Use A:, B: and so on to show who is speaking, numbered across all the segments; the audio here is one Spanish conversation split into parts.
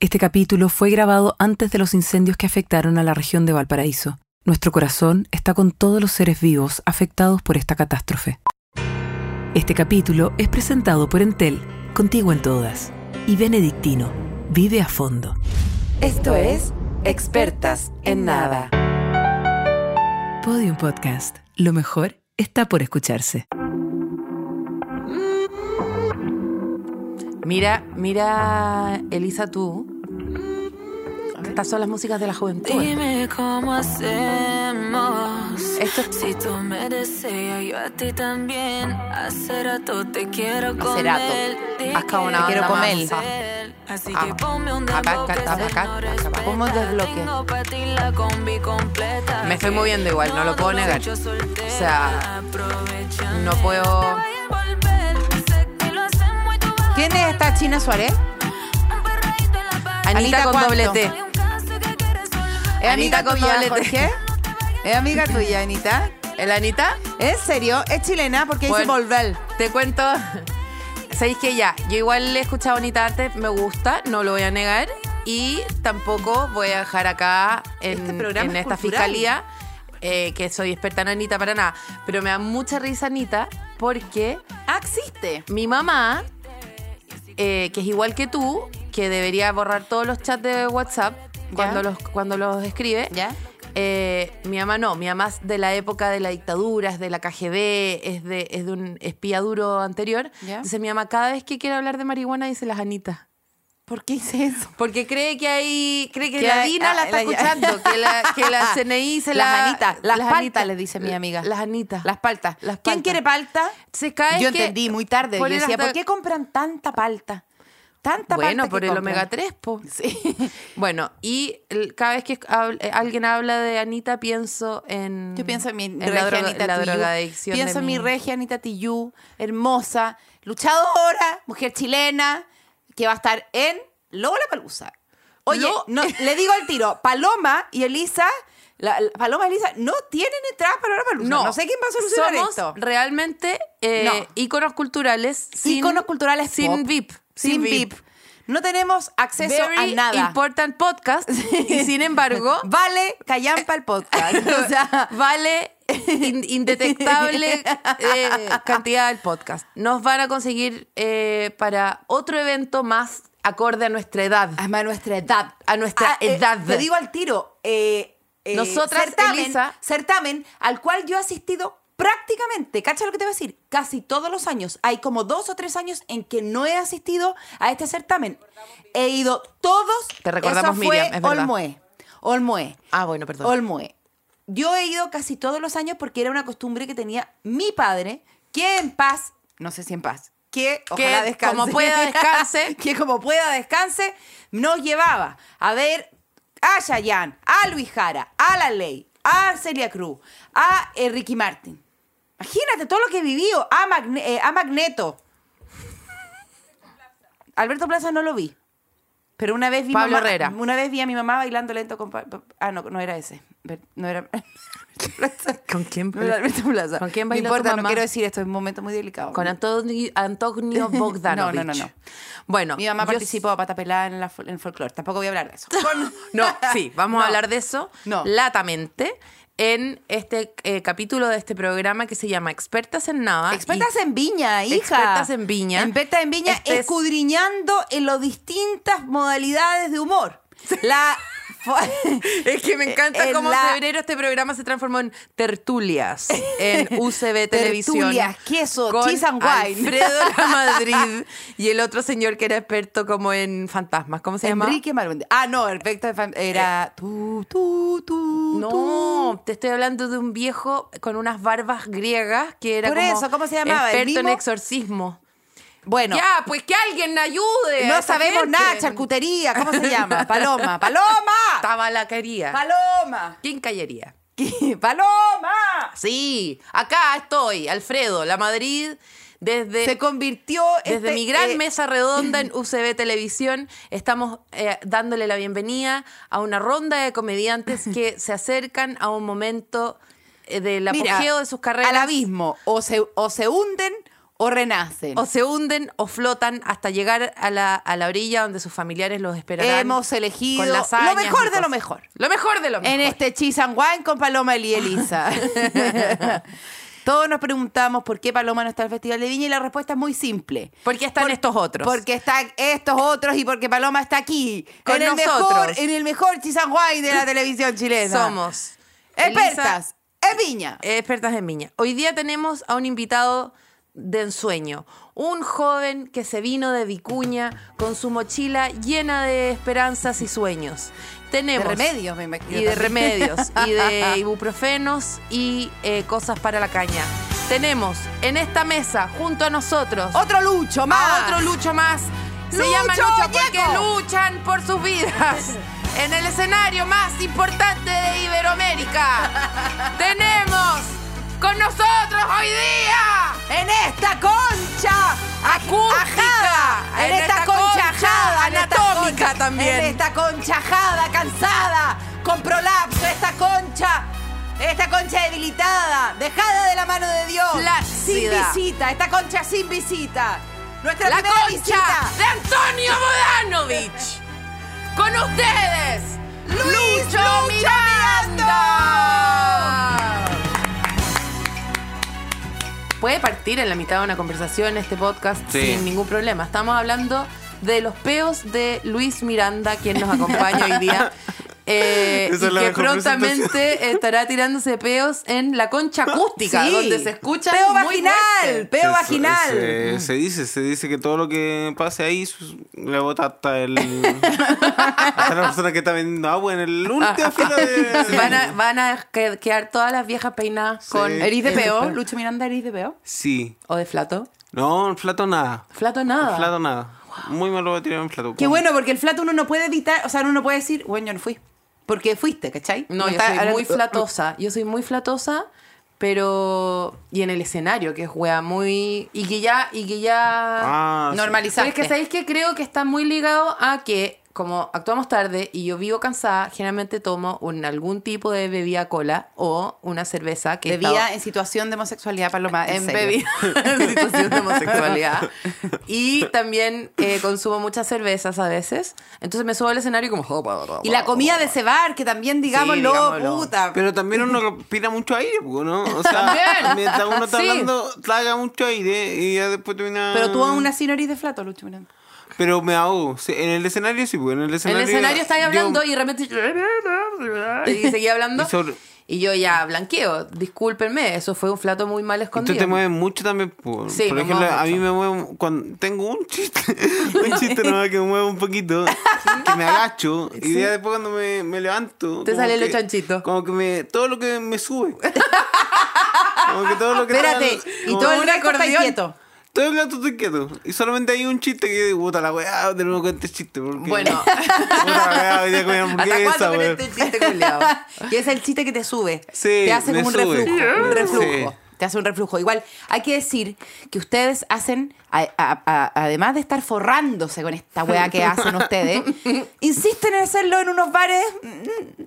A: Este capítulo fue grabado antes de los incendios que afectaron a la región de Valparaíso. Nuestro corazón está con todos los seres vivos afectados por esta catástrofe. Este capítulo es presentado por Entel, contigo en todas, y Benedictino, vive a fondo.
B: Esto es Expertas en Nada.
A: Podium Podcast, lo mejor está por escucharse.
B: Mira, mira, Elisa, tú. Estas son las músicas de la juventud.
C: Dime cómo hacemos.
B: Esto es-
C: Si tú me deseas, yo a ti también. Hace rato te quiero
B: Hace
C: comer.
B: rato.
C: Di
B: Acá
C: que
B: una
C: te
B: onda
D: quiero comer.
C: hacer. Así
B: Ah.
C: que ponme un
B: Acá,
C: dembow
B: acá,
C: que
B: acá,
C: se
B: acá,
C: no
B: acá.
C: respeta.
B: Ponme un desbloque.
C: Tengo pa' ti la combi completa.
D: Me estoy moviendo igual, no lo puedo negar.
C: O
D: sea, No puedo.
C: ¿Quién
D: ¿Quién es esta China Suárez? Anita con
B: ¿cuánto?
D: doble T.
C: T.
D: ¿Es Anita,
B: Anita
D: con
B: tuya,
D: doble
B: Jorge?
D: T. ¿Es amiga tuya, Anita?
B: ¿El Anita?
D: ¿En serio? ¿Es chilena? Porque dice
B: Bueno.
D: volver.
B: Te cuento. Sabéis que ya, yo igual le he escuchado a Anita antes, me gusta, no lo voy a negar. Y tampoco voy a dejar acá en,
D: Este programa
B: en
D: es
B: esta
D: cultural.
B: fiscalía eh, que soy experta en Anita para nada. Pero me da mucha risa Anita porque
D: Ah, existe.
B: mi mamá, eh, que es igual que tú, que debería borrar todos los chats de WhatsApp
D: Ya.
B: cuando los, cuando los escribe.
D: ¿Ya?
B: Eh, mi mamá no, mi mamá es de la época de la dictadura, es de la KGB, es de, es de un espía duro anterior.
D: Ya.
B: Entonces mi mamá cada vez que quiere hablar de marihuana dice las Anita.
D: ¿Por qué hice eso?
B: Porque cree que hay, cree que
D: Que
B: la
D: hay-
B: Dina la
D: ah,
B: está
D: la-
B: escuchando, que la, que la CNI se
D: Las
B: la...
D: Anita, las paltas,
B: Anita.
D: le dice mi amiga.
B: Las Anita.
D: Las paltas.
B: Las
D: ¿Quién
B: paltas.
D: quiere palta?
B: Entonces, cada vez
D: Yo
B: que-
D: entendí muy tarde. Yo
B: ponen
D: decía,
B: hasta-
D: ¿por qué compran tanta palta? Tanta
B: Bueno,
D: palta.
B: por
D: que
B: el
D: compran.
B: omega 3, po.
D: Sí.
B: Bueno, y el- cada vez que hab- eh, alguien habla de Anita, pienso Mm. en.
D: Yo pienso en mi
B: la
D: regia
B: droga-
D: Anita
B: la
D: Tillú.
B: drogadicción
D: Pienso
B: de
D: en mi regia Anita Tillú, hermosa, luchadora, mujer chilena, que va a estar en Lola Palusa. Oye,
B: Lo-
D: no, le digo al tiro, Paloma y Elisa, la- la- Paloma y Elisa no tienen entradas para Lola Palusa. No, sé quién va a solucionar
B: somos
D: esto.
B: realmente eh,
D: No.
B: íconos culturales. sin-
D: Íconos culturales
B: Sin
D: pop.
B: VIP.
D: Sin VIP. No tenemos acceso
B: Very
D: a nada.
B: important podcast. Y sin embargo,
D: Vale, callampa el podcast. O sea,
B: vale in- indetectable eh, cantidad del podcast. Nos van a conseguir eh, para otro evento más acorde a nuestra edad.
D: a nuestra edad.
B: A nuestra
D: Ah, eh,
B: edad.
D: te digo al tiro. eh, eh,
B: Nosotras,
D: certamen,
B: Elisa-
D: certamen al cual yo he asistido prácticamente, cacha lo que te voy a decir, casi todos los años. Hay como dos o tres años en que no he asistido a este certamen. He ido todos.
B: Te recordamos,
D: eso fue
B: Miriam, es verdad.
D: Olmué. Olmué.
B: Ah, bueno, perdón.
D: Olmué. Yo he ido casi todos los años porque era una costumbre que tenía mi padre, que en paz, no sé si en paz, que ojalá
B: Que
D: descanse.
B: como pueda descanse.
D: que como pueda descanse, nos llevaba a ver a Chayanne, a Luis Jara, a La Ley, a Celia Cruz, a eh, Ricky Martin. Imagínate todo lo que vivió, a, Magne- eh, a Magneto. Alberto Plaza no lo vi. Pero una vez vi
B: Pablo
D: mamá-
B: Herrera.
D: una vez vi a mi mamá bailando lento con pa- pa- ah no no era ese Ver- no era
B: ¿Con quién?
D: no era Alberto Plaza
B: ¿Con quién
D: No
B: bailó tu
D: importa no
B: mamá?
D: quiero decir esto es un momento muy delicado
B: Con Antonio, Antonio Bogdanovich.
D: No, no, no, no.
B: Bueno,
D: mi mamá
B: yo-
D: participó a pata pelada en, la fol- en el folclore tampoco voy a hablar de eso Con-
B: No, sí, vamos
D: No.
B: a hablar de eso
D: No.
B: latamente en este eh, capítulo de este programa que se llama Expertas en Nada.
D: Expertas
B: Y-
D: en viña, hija.
B: Expertas en viña.
D: Expertas en viña,
B: Este es-
D: escudriñando en las distintas modalidades de humor. La. fo-
B: Es que me encanta
D: en
B: cómo
D: la-
B: en febrero este programa se transformó en tertulias en UCB Televisión.
D: Tertulias, queso,
B: con
D: cheese and wine.
B: Alfredo La Madrid y el otro señor que era experto como en fantasmas. ¿Cómo se llama? Eh,
D: Enrique Marundi. Ah, no, el efecto de fam- era. Tú, tú, tú. tú.
B: No, te estoy hablando de un viejo con unas barbas griegas que era
D: Por
B: como
D: eso, ¿cómo se llamaba? ¿El
B: experto en
D: mismo?
B: exorcismo.
D: Bueno,
B: Ya, eh, pues que alguien ayude. a
D: no
B: esa
D: sabemos
B: gente.
D: nada, charcutería, ¿cómo se llama? Paloma, Paloma.
B: Tabalaquería.
D: Paloma.
B: ¿Quién callaría?
D: Paloma.
B: Sí, acá estoy, Alfredo, la Madrid, desde,
D: Se convirtió
B: desde
D: este,
B: mi gran
D: eh,
B: mesa redonda en UCB Televisión. Estamos eh, dándole la bienvenida a una ronda de comediantes que se acercan a un momento eh, del
D: Mira,
B: apogeo de sus carreras.
D: Al abismo. O se, o se hunden o renacen.
B: O se hunden o flotan hasta llegar a la, a la orilla donde sus familiares los esperarán.
D: Hemos elegido
B: con
D: lo
B: lasañas y
D: mejor de lo
B: cosas.
D: mejor.
B: Lo mejor de lo mejor.
D: En este Cheese and Wine con Paloma y Elisa. Todos nos preguntamos por qué Paloma no está en el Festival de Viña y la respuesta es muy simple.
B: Porque están
D: Por-
B: estos otros.
D: Porque están estos otros y porque Paloma está aquí.
B: Con
D: en el
B: nosotros.
D: mejor, en el mejor Cheese and Wine de la televisión chilena.
B: somos Elisa-
D: expertas en Viña.
B: expertas en Miña. Hoy día tenemos a un invitado de ensueño, un joven que se vino de Vicuña con su mochila llena de esperanzas y sueños.
D: De
B: Tenemos
D: remedios, me imagino.
B: y de
D: también.
B: remedios y de ibuprofenos y eh, cosas para la caña. Tenemos en esta mesa junto a nosotros
D: Otro lucho
B: a
D: más.
B: otro lucho más. Se
D: ¡Lucho
B: llama Lucho porque
D: Ñeco!
B: luchan por sus vidas. En el escenario más importante de Iberoamérica tenemos con nosotros hoy día
D: En esta concha
B: acústica,
D: ajada, en, esta, concha ajada, en esta
B: anatómica
D: concha-
B: también.
D: En esta concha ajada, cansada, con prolapso, esta concha, esta concha debilitada, dejada de la mano de Dios.
B: Flácida.
D: Sin visita, esta concha sin visita. Nuestra
B: la
D: primera
B: concha
D: visita.
B: de Antonio Bodanovich. Con ustedes,
D: Luis
B: Lucho,
D: Lucho
B: Miranda. Puede partir en la mitad de una conversación este podcast
E: Sí.
B: sin ningún problema. Estamos hablando de los peos de Luis Miranda, quien nos acompaña hoy día. Eh,
E: Esa es
B: y
E: la
B: que
E: mejor
B: prontamente estará tirándose peos en la concha acústica,
D: Sí.
B: donde se escucha
D: Peo
B: muy
D: vaginal,
B: fuerte.
D: peo
E: Se-
D: vaginal.
E: Se, se dice, se dice que todo lo que pase ahí su- le bota hasta el. hasta la persona que está vendiendo agua en el último fila de.
B: Van a, van a que- quedar todas las viejas peinadas
E: Sí.
B: con.
D: ¿Eres de
B: el-
D: peo? Lucho Miranda, ¿eres de peo?
E: Sí.
B: ¿O de flato?
E: No, en flato nada.
B: Flato nada.
E: En flato nada. Muy malo va a tirar en flato.
D: Qué bueno, porque el flato uno no puede evitar, o sea, uno no puede decir, bueno, yo no fui. Porque fuiste, ¿cachai?
B: No, yo
D: está-
B: soy
D: ahora-
B: muy flatosa. Yo soy muy flatosa, pero. Y en el escenario, que es wea muy. Y que ya. Y que ya.
E: Ah, sí.
B: Pero
D: Normalizaste.
B: es que sabéis que creo que está muy ligado a que, como actuamos tarde y yo vivo cansada, generalmente tomo un, algún tipo de bebida cola o una cerveza que
D: Bebida
B: estaba-
D: en situación de homosexualidad, Paloma.
B: en
D: serio.
B: bebida en situación de homosexualidad. Y también eh, consumo muchas cervezas a veces. Entonces me subo al escenario y como... "Oh,
D: Y la comida de ese bar, que también, digámoslo,
B: digámoslo.
D: puta.
E: Pero también uno respira mucho aire, pues, ¿no? O sea,
B: También.
E: mientras uno está
B: Sí.
E: hablando, traga mucho aire y ya después termina.
D: Pero tú
B: mm.
D: aún así no eres de flato, Lucho Miranda.
E: Pero me ahogo. Sí, en el escenario sí, porque en el
B: En
E: escenario.
B: el escenario estáis
E: yo-
B: hablando y de repente... Y seguía hablando.
E: Y sobre-
B: Y yo ya blanqueo. Discúlpenme, eso fue un flato muy mal
E: Y tú
B: escondido.
E: te mueves mucho también. po.
B: Sí,
E: Por
B: me
E: ejemplo,
B: muevo
E: a mí
B: mucho.
E: me muevo cuando tengo un chiste, un chiste nomás que me muevo un poquito, que me agacho y ya después cuando me, me levanto.
B: Te
E: como
B: sale lo
E: que-
B: chanchito.
E: Como que me, todo lo que me sube. como que todo lo que
D: Espérate,
E: estaba-
D: y
E: como-
D: todo el
B: una
D: resto está
B: acordeón.
D: quieto.
E: Todo el rato estoy quieto. Y solamente hay un chiste que yo digo, puta la weá, tenemos que contar este chiste. Porque,
B: Bueno.
E: Puta la weá, hoy día comí
B: ¿Hasta
E: hamburguesa,
B: cuándo con
E: weón.
B: este chiste culiao?
D: Y es el chiste que te sube.
E: Sí,
D: te hace
E: me
D: como un
E: sube.
D: reflujo. Un
E: Sí.
D: reflujo. Te hace un reflujo. Igual, hay que decir que ustedes hacen, a- a- a- además de estar forrándose con esta weá que hacen ustedes, insisten en hacerlo en unos bares mm,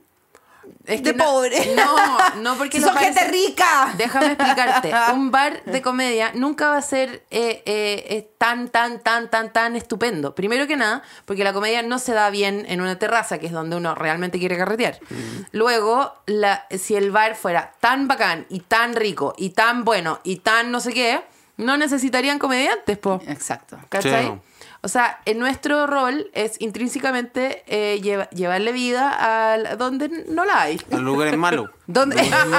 B: Es
D: De pobre.
B: No, no porque
D: Si
B: los
D: son gente
B: bares-
D: rica.
B: Déjame explicarte. Un bar de comedia nunca va a ser eh, eh, eh, tan, tan, tan, tan, tan estupendo. Primero que nada, porque la comedia no se da bien en una terraza, que es donde uno realmente quiere carretear.
D: Mm.
B: Luego, la, si el bar fuera tan bacán y tan rico y tan bueno y tan no sé qué, no necesitarían comediantes, po.
D: Exacto.
B: ¿Cachai?
E: Sí.
B: O sea, en nuestro rol es intrínsecamente eh, lleva- llevarle vida a donde no la hay.
E: El lugar es malo.
D: ¿Dónde-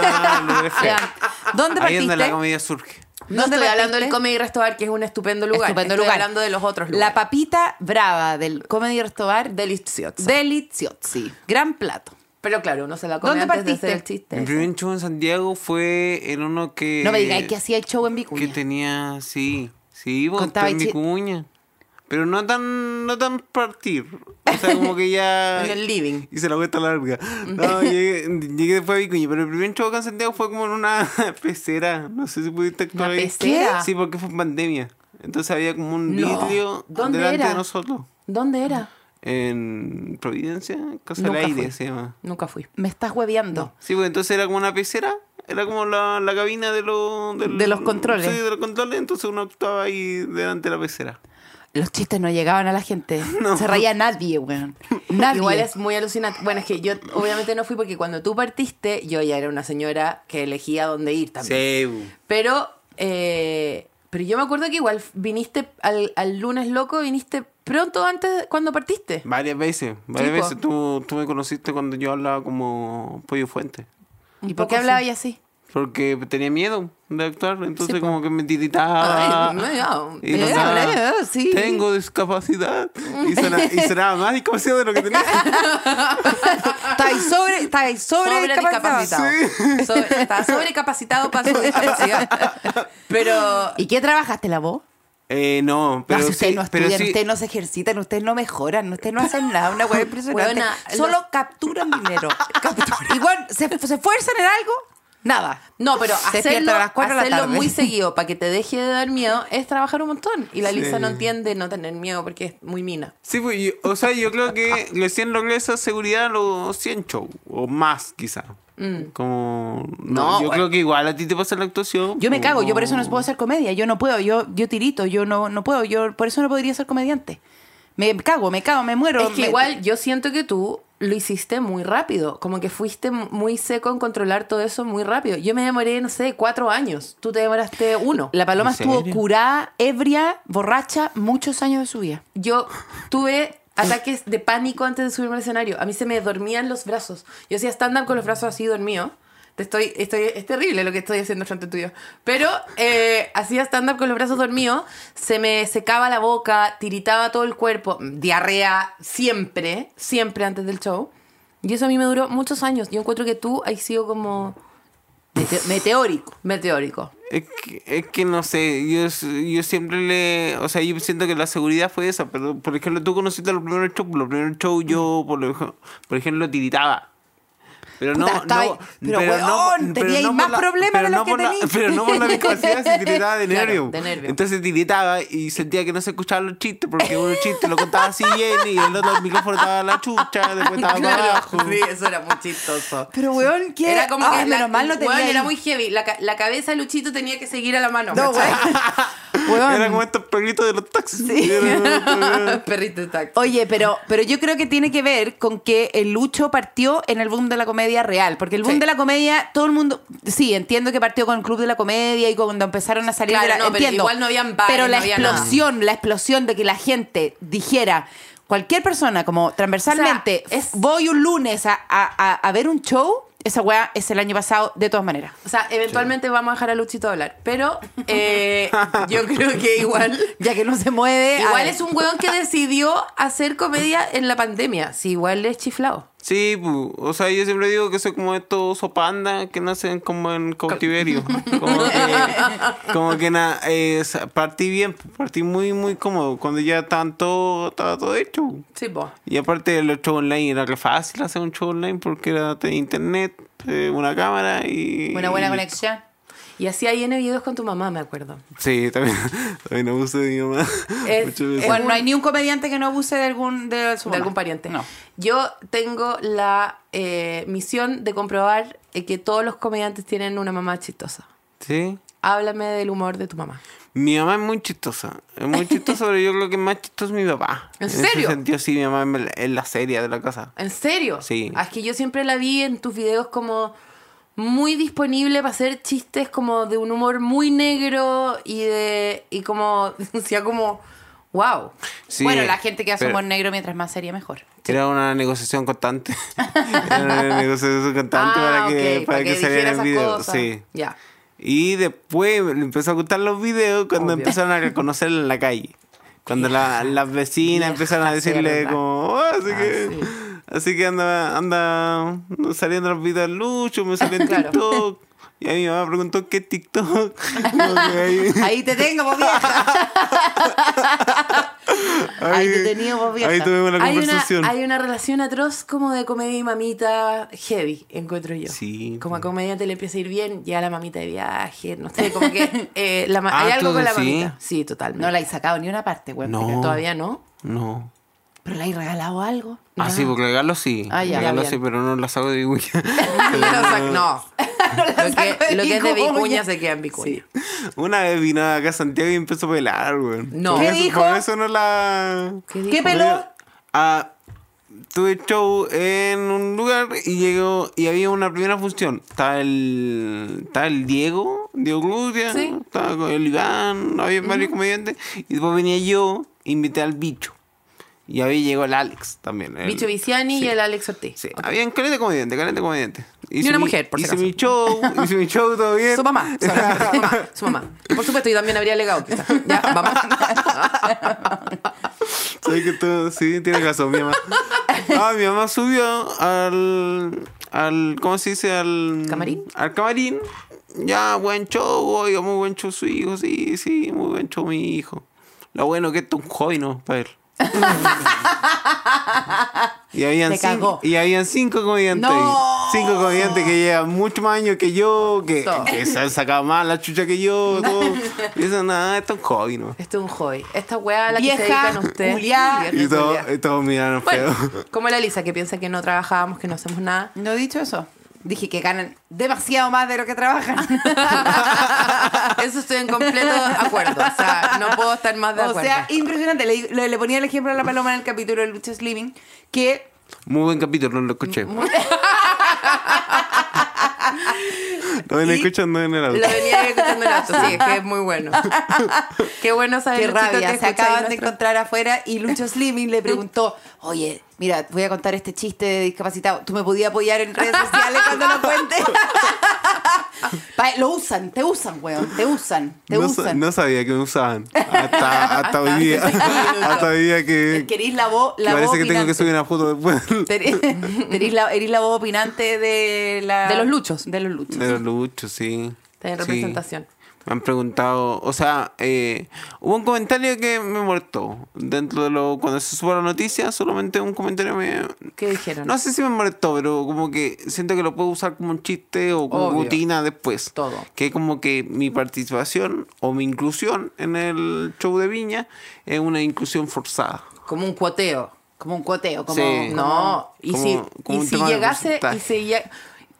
D: ¿Dónde
E: Ahí es donde la
D: partiste?
E: comida surge.
D: ¿Dónde
B: No estoy
D: partiste?
B: hablando del Comedy Restobar, que es un estupendo lugar.
D: Estupendo
B: estoy
D: lugar.
B: hablando de los otros
D: La
B: lugares.
D: papita brava del Comedy Restobar
B: Deliciosa.
D: Deliziosi. Gran plato.
B: Pero claro, uno se la come
D: ¿Dónde
B: antes
D: partiste?
B: de hacer el
E: Mi
B: chiste.
E: primer show en Santiago fue en uno que.
D: No me digáis que hacía el show en Vicuña.
E: Que tenía, sí, sí, vos,
D: Contaba
E: en
D: chi-
E: Vicuña. Pero no tan, no tan partir. O sea, como que ya.
B: En el living.
E: Hice la vuelta larga. No, llegué, llegué después a Vicuña. Pero el primer show acá en Santiago fue como en una pecera. No sé si pudiste actuar
B: ¿Una
E: ahí.
B: pecera?
E: Sí, porque fue en pandemia. Entonces había como un
B: No.
E: vidrio
B: ¿Dónde
E: delante
B: era?
E: de nosotros.
B: ¿Dónde era?
E: En Providencia, Casa del
B: Nunca
E: Aire
B: fui.
E: se llama.
B: Nunca fui.
D: Me estás hueveando.
E: Sí, pues entonces era como una pecera Era como la, la cabina de, los del-
B: De los controles.
E: Sí, de los controles. Entonces uno estaba ahí delante de la pecera.
D: Los chistes no llegaban a la gente. Se reía nadie, weón. Nadie.
B: Igual es muy alucinante. Bueno, es que yo obviamente no fui porque cuando tú partiste, yo ya era una señora que elegía dónde ir también.
E: Sí. pues,
B: Pero, eh, pero yo me acuerdo que igual viniste al, al lunes loco, viniste pronto antes de- cuando partiste.
E: Varias veces. Varias
B: Sí, pues. po.
E: veces. Tú, tú me conociste cuando yo hablaba como Pollo Fuente.
B: ¿Y
D: Un
B: por
D: poco
B: qué hablaba
D: sí.
B: y así?
E: Porque tenía miedo de actuar, entonces
B: Sí, po.
E: como que me tiritaba.
B: Ay, no, ya,
E: Y
B: ya,
E: cantaba,
D: ya, sí.
E: Tengo discapacidad. Y sonaba, y sonaba más discapacidad de lo que tenía.
D: Estáis sobre, estáis sobre,
B: Sobre
D: discapacitado.
B: discapacitado. Sobre- estaba sobrecapacitado para su discapacidad. Pero
D: ¿Y qué trabajaste la voz?
E: Eh, no, pero
D: no, si
E: sí,
D: ustedes no
E: pero
D: estudian,
E: sí-
D: ustedes no se ejercitan, ustedes no mejoran, ustedes no hacen nada, una hueá impresionante.
B: Hueona,
D: Solo
B: los-
D: capturan dinero. capturan. Igual, ¿se, ¿se esfuerzan en algo? Nada.
B: No, pero
D: Se despiertan
B: hacerlo,
D: a las cuatro de la
B: hacerlo
D: tarde.
B: muy seguido para que te deje de dar miedo es trabajar un montón. Y la
E: Sí.
B: Lisa no entiende no tener miedo porque es muy mina.
E: Sí, pues, yo- o sea, yo creo que los 100 logré esa seguridad a los 100 shows, o más quizá.
D: Mm.
E: Como... No,
B: No,
E: yo
B: bueno.
E: creo que igual a ti te pasa la actuación.
D: eh. Yo me cago, yo por eso no
E: como-
D: puedo hacer comedia, yo no puedo, yo, yo tirito, yo no, no puedo, yo por eso no podría ser comediante. Me cago, me cago, me muero.
B: es que
D: me-
B: igual yo siento que tú lo hiciste muy rápido. Como que fuiste m- muy seco en controlar todo eso muy rápido. Yo me demoré, no sé, cuatro años. Tú te demoraste uno.
D: La paloma
E: ¿En
D: estuvo
E: serio?
D: curada, ebria, borracha, muchos años de su vida.
B: Yo tuve ataques de pánico antes de subirme al escenario. A mí se me dormían los brazos. Yo hacía stand-up con los brazos así dormidos. Te estoy, estoy, es terrible lo que estoy haciendo frente tuyo. Pero eh, hacía stand-up con los brazos dormidos, se me secaba la boca, tiritaba todo el cuerpo, diarrea siempre, siempre antes del show. Y eso a mí me duró muchos años. Yo encuentro que tú has sido como
D: Mete- meteórico.
B: meteórico.
E: Es que, es que no sé, yo, s- yo siempre le. O sea, yo siento que la seguridad fue esa, pero por ejemplo, tú conociste los primeros shows. Los primeros shows yo, por, lo ej- por ejemplo, tiritaba. Pero no,
D: Puta, estaba-
E: no,
D: pero, weón, teníais
E: por
D: más
E: la-
D: problemas
E: pero
D: de los
E: no
D: que
E: por la-
D: tenéis.
E: Pero no por la discapacidad, si tiritaba de
B: Claro,
E: nervio.
B: de nervio.
E: Entonces tiritaba y sentía que no se escuchaban los chistes, porque uno chiste lo contaba así bien y el otro el micrófono estaba a la chucha, después estaba para abajo.
B: sí, eso era muy chistoso.
D: Pero, weón, ¿qué
B: Era como
D: Ay,
B: que
D: menos
B: la-
D: mal no tenía.
B: weón, era
D: ahí.
B: muy heavy. La, ca- la cabeza de Luchito tenía que seguir a la mano.
D: No,
B: ¿cachai?
D: weón. Weón.
E: Era como estos perritos de los taxis.
D: Sí.
B: Perrito está.
D: Oye, pero, pero yo creo que tiene que ver con que el Lucho partió en el boom de la comedia real. Porque el boom
B: Sí.
D: de la comedia, todo el mundo. Sí, entiendo que partió con el Club de la Comedia y cuando empezaron a salir.
B: Claro,
D: de la-
B: no, pero
D: entiendo.
B: igual no habían bares,
D: Pero la
B: no había nada.
D: explosión, la explosión de que la gente dijera. Cualquier persona, como transversalmente,
B: O sea, es-
D: voy un lunes a, a- a- a ver un show, esa weá es el año pasado, de todas maneras.
B: O sea, eventualmente vamos a dejar a Luchito hablar. Pero eh, yo creo que igual.
D: Ya que no se mueve. a
B: Igual
D: ver.
B: es un weón que decidió hacer comedia en la pandemia. Sí, igual es chiflado.
E: Sí, pu. o sea, yo siempre digo que soy como estos opandas que nacen como en cautiverio. Como que, como que na- eh, sa- partí bien, pu, partí muy, muy cómodo. Cuando ya estaban todo, estaba todo hecho.
B: Sí, po.
E: Y aparte el show online era re fácil hacer un show online porque era tenía internet, eh, una cámara y...
D: Una buena
E: y-
D: conexión.
B: Y hacía ahí en videos con tu mamá, me acuerdo.
E: Sí, también, también abuso de mi mamá.
B: Es-
E: muchas veces.
B: es
D: Bueno,
B: un-
D: no hay ni un comediante que no abuse de algún de, su
B: de
D: mamá.
B: algún pariente.
D: No.
B: Yo tengo la eh, misión de comprobar eh, que todos los comediantes tienen una mamá chistosa.
E: Sí.
B: Háblame del humor de tu mamá.
E: Mi mamá es muy chistosa. Es muy chistosa, pero yo creo que más chistoso es mi papá.
B: ¿En
E: ese
B: serio?
E: sentido, sí, mi mamá es la- es la serie de la casa.
B: ¿En serio?
E: Sí.
B: Ah, Es que yo siempre la vi en tus videos como muy disponible para hacer chistes como de un humor muy negro y de y como decía como wow.
E: Sí,
D: bueno, la gente que hace
E: pero
D: humor negro mientras más sería mejor.
E: Era una negociación constante. era una negociación constante para
B: Ah,
E: que,
B: ok,
E: para que, saliera el
B: esas
E: video.
B: cosas.
E: Sí.
B: Ya.
E: Y después le empezó a gustar los videos cuando
B: Obvio.
E: empezaron a reconocerla en la calle. Cuando la- las vecinas
B: vieja
E: empezaron a decirle
B: cerda.
E: como, "Oh, así
B: Ah,
E: que,
B: sí.
E: así que anda, anda saliendo los videos de Lucho, me salió en
B: Claro.
E: TikTok. Y ahí mi mamá preguntó qué es TikTok. Como que ahí-
D: Ahí te tengo, vos vieja. Ahí te tenía, vos vieja.
E: Ahí tuvimos la
B: Hay una,
E: conversación.
B: hay una relación atroz como de comedia y mamita heavy, encuentro yo.
E: Sí.
B: Como a comediante le empieza a ir bien, ya la mamita de viaje, no sé, como que eh, la ma-
E: Ah,
B: hay algo
E: ¿tú
B: con la
E: decís?
B: mamita. Sí, totalmente.
D: No la he sacado ni una parte, güey.
E: No.
B: Todavía no.
E: No.
D: ¿Pero le hay regalado algo?
E: Ah, sí, porque regalo sí.
B: Ah, ya,
E: regalo
B: bien.
E: sí, pero no la hago de vicuña.
B: Pero, o sea, no. lo, que, lo que es de
D: Vicuña.
B: vicuña se queda en vicuña.
E: Una vez vino acá a Santiago y empezó a pelar, güey.
B: No.
E: Por
B: ¿Qué
E: eso-
D: dijo?
E: Por eso no la...
B: dijo?
D: ¿Qué peló?
E: Ah, tuve show en un lugar y llegó y había una primera función. Estaba el, estaba el Diego, Diego Cludia,
B: Sí.
E: estaba con el Iván, había varios comediantes. Y después venía yo, invité al bicho. Y ahí llegó el Alex también. el-
B: Bicho Viciani
E: sí.
B: y el Alex Ortiz.
E: Sí, habían caleta de comediante, caleta de comediante. Hice
B: una
E: mi-
B: mujer, por si
E: Hice
B: acaso.
E: mi show, hice mi show, todo bien.
B: Su mamá, su mamá, su mamá. Por supuesto, y también habría legado quizás. Ya, vamos.
E: Sabes que tú, sí, tienes razón, mi mamá. Ah, mi mamá subió al, al, ¿cómo se dice? Al
B: ¿Camarín?
E: Al camarín. Ya, buen show, oiga, muy buen show su hijo, sí, sí, muy buen show mi hijo. Lo bueno que esto es un hobby, ¿no? Para él. y, habían
D: Te cagó.
E: cinco, y habían cinco comediantes. ahí.
B: No.
E: Cinco comediantes que llevan mucho más años que yo, que,
B: Todo.
E: que se han sacado más la chucha que yo. Todo. Y eso, nada, esto es un hobby, ¿no?
B: Esto es un hobby. Esta weá a la
D: Vieja
B: que se dedican ustedes.
D: culiá.
B: Vieja
E: Y todo-
B: culiá.
E: y todos miraron
B: Bueno,
E: feo.
B: como la Lisa que piensa que no trabajábamos, que no hacemos nada.
D: No he dicho eso. Dije que ganan demasiado más de lo que trabajan.
B: Eso estoy en completo acuerdo. O sea, no puedo estar más de
D: o
B: acuerdo.
D: sea, impresionante. Le, le- le ponía el ejemplo a la paloma en el capítulo de Lucha Slimming, que
E: Muy buen capítulo, no lo escuché. no lo
D: Y
E: escuchan no en el auto.
B: lo venía escuchando en el auto, sí, es que es muy bueno. Qué bueno saber
D: Qué
B: Luchito, que
D: rabia, se
B: escucháis
D: acaban de
B: nuestro-
D: encontrar afuera y Lucho Slimming le preguntó, oye, mira, voy a contar este chiste de discapacitado, ¿tú me podías apoyar en redes sociales cuando lo cuente? Pa- lo usan, te usan, weón, te usan, te
E: No, sa-
D: usan.
E: no sabía que me usaban. Hasta, hasta hoy día. hasta hoy día que, que
D: Querís la voz, la
E: parece
D: voz
E: que tengo que
D: opinante.
E: subir una foto después.
D: Tenés- tenés la, eres la voz opinante de la...
B: De los luchos.
D: De los luchos.
E: De los luchos, sí.
B: Tenés
E: Sí.
B: representación.
E: Me han preguntado, o sea, eh, hubo un comentario que me molestó. Dentro de lo, cuando se subió la noticia, solamente un comentario me,
B: ¿Qué dijeron?
E: No sé si me molestó, pero como que siento que lo puedo usar como un chiste o como
B: Obvio.
E: rutina después.
B: Todo.
E: Que como que mi participación o mi inclusión en el show de Viña es una inclusión forzada.
B: Como un cuoteo.
D: Como un cuoteo, como...
E: Sí.
B: No, y
E: como-
B: si,
E: como
B: y
E: un
B: si
E: tema de
B: llegase y
E: porcentaje.
B: si lle-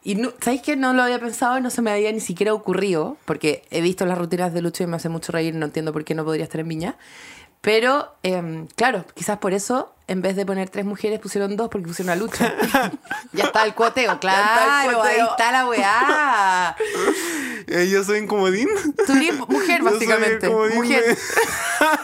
B: y no- ¿Sabéis que no lo había pensado? No se me había ni siquiera ocurrido, porque he visto las rutinas de Lucho y me hace mucho reír, no entiendo por qué no podría estar en Viña. Pero, em, claro, quizás por eso, en vez de poner tres mujeres, pusieron dos porque pusieron a Lucho.
D: Ya está el cuoteo,
B: está el
D: claro, ahí
B: cuoteo.
D: está la weá.
E: Eh, yo soy incomodín.
B: Tú eres mujer,
E: Yo soy eh.
B: básicamente.
E: incomodín
B: Mujer.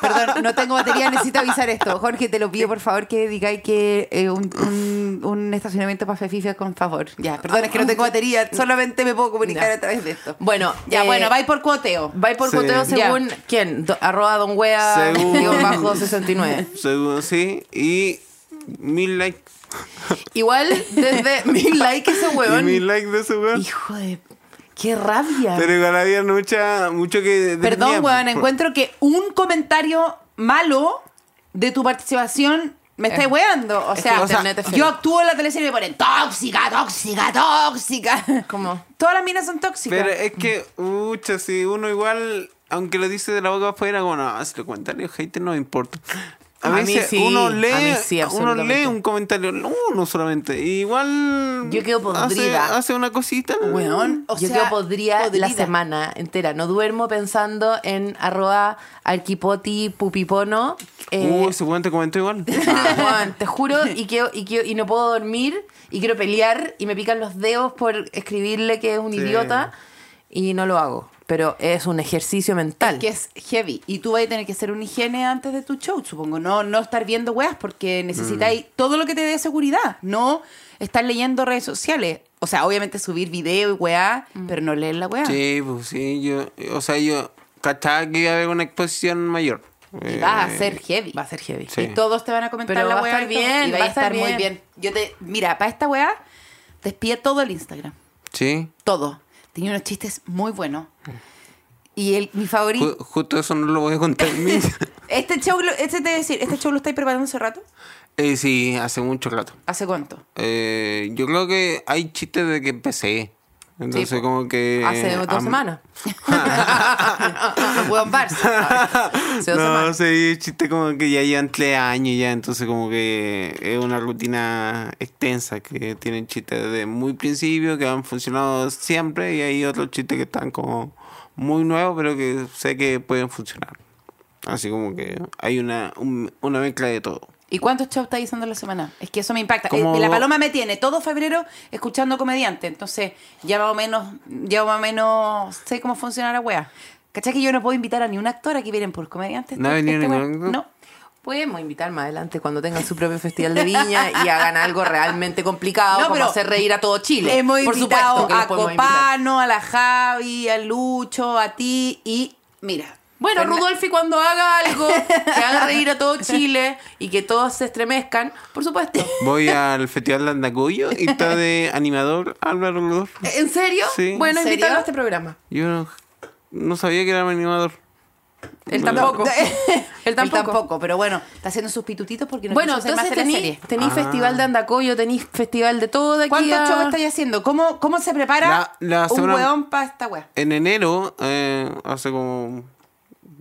D: Perdón, no tengo batería, necesito avisar esto. Jorge, te lo pido por favor que digáis que eh, un, un- un estacionamiento para Fefifia con favor. Ya, perdón, es que no tengo batería, solamente me puedo comunicar
B: Ya.
D: a través de esto.
B: Bueno,
D: ya,
B: eh,
D: bueno, vais por cuoteo.
B: Va por
E: Sí.
B: cuoteo
D: Ya.
B: según quién? Do- arroba don wea,
E: Según-
B: guión bajo 69.
E: Según sí. Y mil likes.
B: Igual, desde mil likes ese
E: Y
B: huevón.
E: mil likes de ese weón.
B: Hijo de. ¡Qué rabia!
E: Pero igual había mucha, mucho que. defendía.
D: Perdón, weón, encuentro que un comentario malo de tu participación me estáis
B: Eh,
D: weando. O
B: es
D: sea,
B: que internet es feo.
D: yo actúo en la teleserie y me ponen tóxica, tóxica, tóxica.
B: ¿Cómo?
D: Todas las minas son tóxicas.
E: Pero es que, ucha, si uno igual, aunque lo dice de la boca afuera, como no, si los comentarios hater no me importan. A,
B: A mí
E: veces
B: sí,
E: uno
B: a
E: lee,
B: mí sí,
E: uno
B: absolutamente.
E: lee un comentario, no uno solamente. y Igual.
B: Yo quedo
E: hace,
B: podrida.
E: hace una cosita.
D: Weón, o
B: yo
D: sea,
B: creo podría
D: podrida.
B: la semana entera. No duermo pensando en arroba arquipoti pupipono. eh, Ah,
E: Uh, ese weón te comentó igual.
B: Juan, te juro, y, quiero- y, quiero- y no puedo dormir, y quiero pelear, y me pican los dedos por escribirle que es un
E: Sí.
B: idiota, y no lo hago. Pero es un ejercicio mental.
D: que es heavy. Y tú vas a tener que hacer una higiene antes de tu show, supongo. No, no estar viendo weas porque
E: Mm.
D: necesitáis todo lo que te dé seguridad. No estar leyendo redes sociales. O sea, obviamente subir video y weá,
B: Mm.
D: pero no leer la weá.
E: Sí, pues sí, yo. O sea, yo cachaba que iba a haber una exposición mayor.
D: Y
E: Eh,
D: va a ser heavy.
B: Va a ser heavy.
E: Sí.
D: Y todos te van a comentar
B: Pero
D: la
B: va a
D: weá.
B: estar
D: y todo.
B: bien,
D: y va
B: va
D: a
B: a estar
D: estar muy bien.
B: bien.
D: Yo te, mira, para esta weá, despide todo el Instagram.
E: Sí.
D: Todo. Tenía unos chistes muy buenos. Y el, mi
E: Mm. Ju-
D: favorito.
E: justo eso no lo voy a contar.
D: Este show, lo- este te voy a decir, ¿este show lo estáis preparando hace rato?
E: eh, sí, hace mucho rato.
D: ¿Hace cuánto?
E: Eh, yo creo que hay chistes de que empecé. Entonces,
B: Sí, po.
E: como que.
D: Eh,
B: Hace dos
E: am-
B: semanas. no puedo amparse. Hace dos
E: No,
B: semanas.
E: sí, chiste como que ya llevan tres años ya, entonces como que es una rutina extensa que tienen chistes desde muy principio que han funcionado siempre y hay otros chistes que están como muy nuevos pero que sé que pueden funcionar. Así como que hay una, un- una mezcla de todo.
D: ¿Y cuántos shows estáis haciendo a la semana? Es que eso me impacta.
E: Como-
D: Eh, La Paloma me tiene todo febrero escuchando comediante. Entonces, ya más o menos, ya más o menos sé cómo funciona la wea. ¿Cachai que yo no puedo invitar a ni un actor a que vienen por comediantes?
E: ¿No ha venido
D: wea?
E: ningún actor?
D: No.
B: Podemos invitar más adelante cuando tengan su propio festival de viña y hagan algo realmente
D: No,
B: complicado Ah, como
D: pero
B: hacer reír a todo Chile.
D: Hemos
B: Por
D: invitado
B: supuesto que los
D: a
B: podemos invitar.
D: Copano, a la Javi, a Lucho, a ti y mira.
B: Bueno,
D: Fernan-
B: Rudolfi cuando haga algo que haga reír a todo Chile y que todos se estremezcan, por supuesto.
E: Voy al Festival de Andacoyo y está de animador Álvaro Rodolfo.
B: ¿En serio?
E: Sí.
B: Bueno,
D: ¿En serio?
B: invitarlo a este programa.
E: Yo no, no sabía que era animador.
B: Él tampoco. Él
D: Él tampoco.
B: tampoco.
D: pero bueno, está haciendo sus pitutitos porque no
B: Bueno,
D: quiso hacer
B: entonces
D: más teleserie.
B: tení,
E: Ah.
B: tení festival de Andacoyo, tenís festival de todo de aquí
D: ¿Cuántos
B: a-
D: shows estáis haciendo? ¿Cómo, cómo se prepara
E: La- la
D: un
E: semana-
D: weón para esta wea?
E: en enero, eh, hace como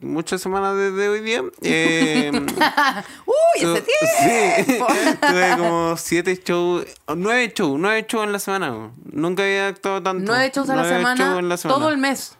E: muchas semanas desde hoy día, eh,
D: ¡Uy,
E: tu-
D: ese tiempo!
E: Uh, sí, tuve como siete shows, o nueve shows, nueve shows en la semana. Nunca había actuado tanto.
B: Nueve shows a la,
E: Nueve
B: semana,
E: shows en la semana.
B: todo el mes.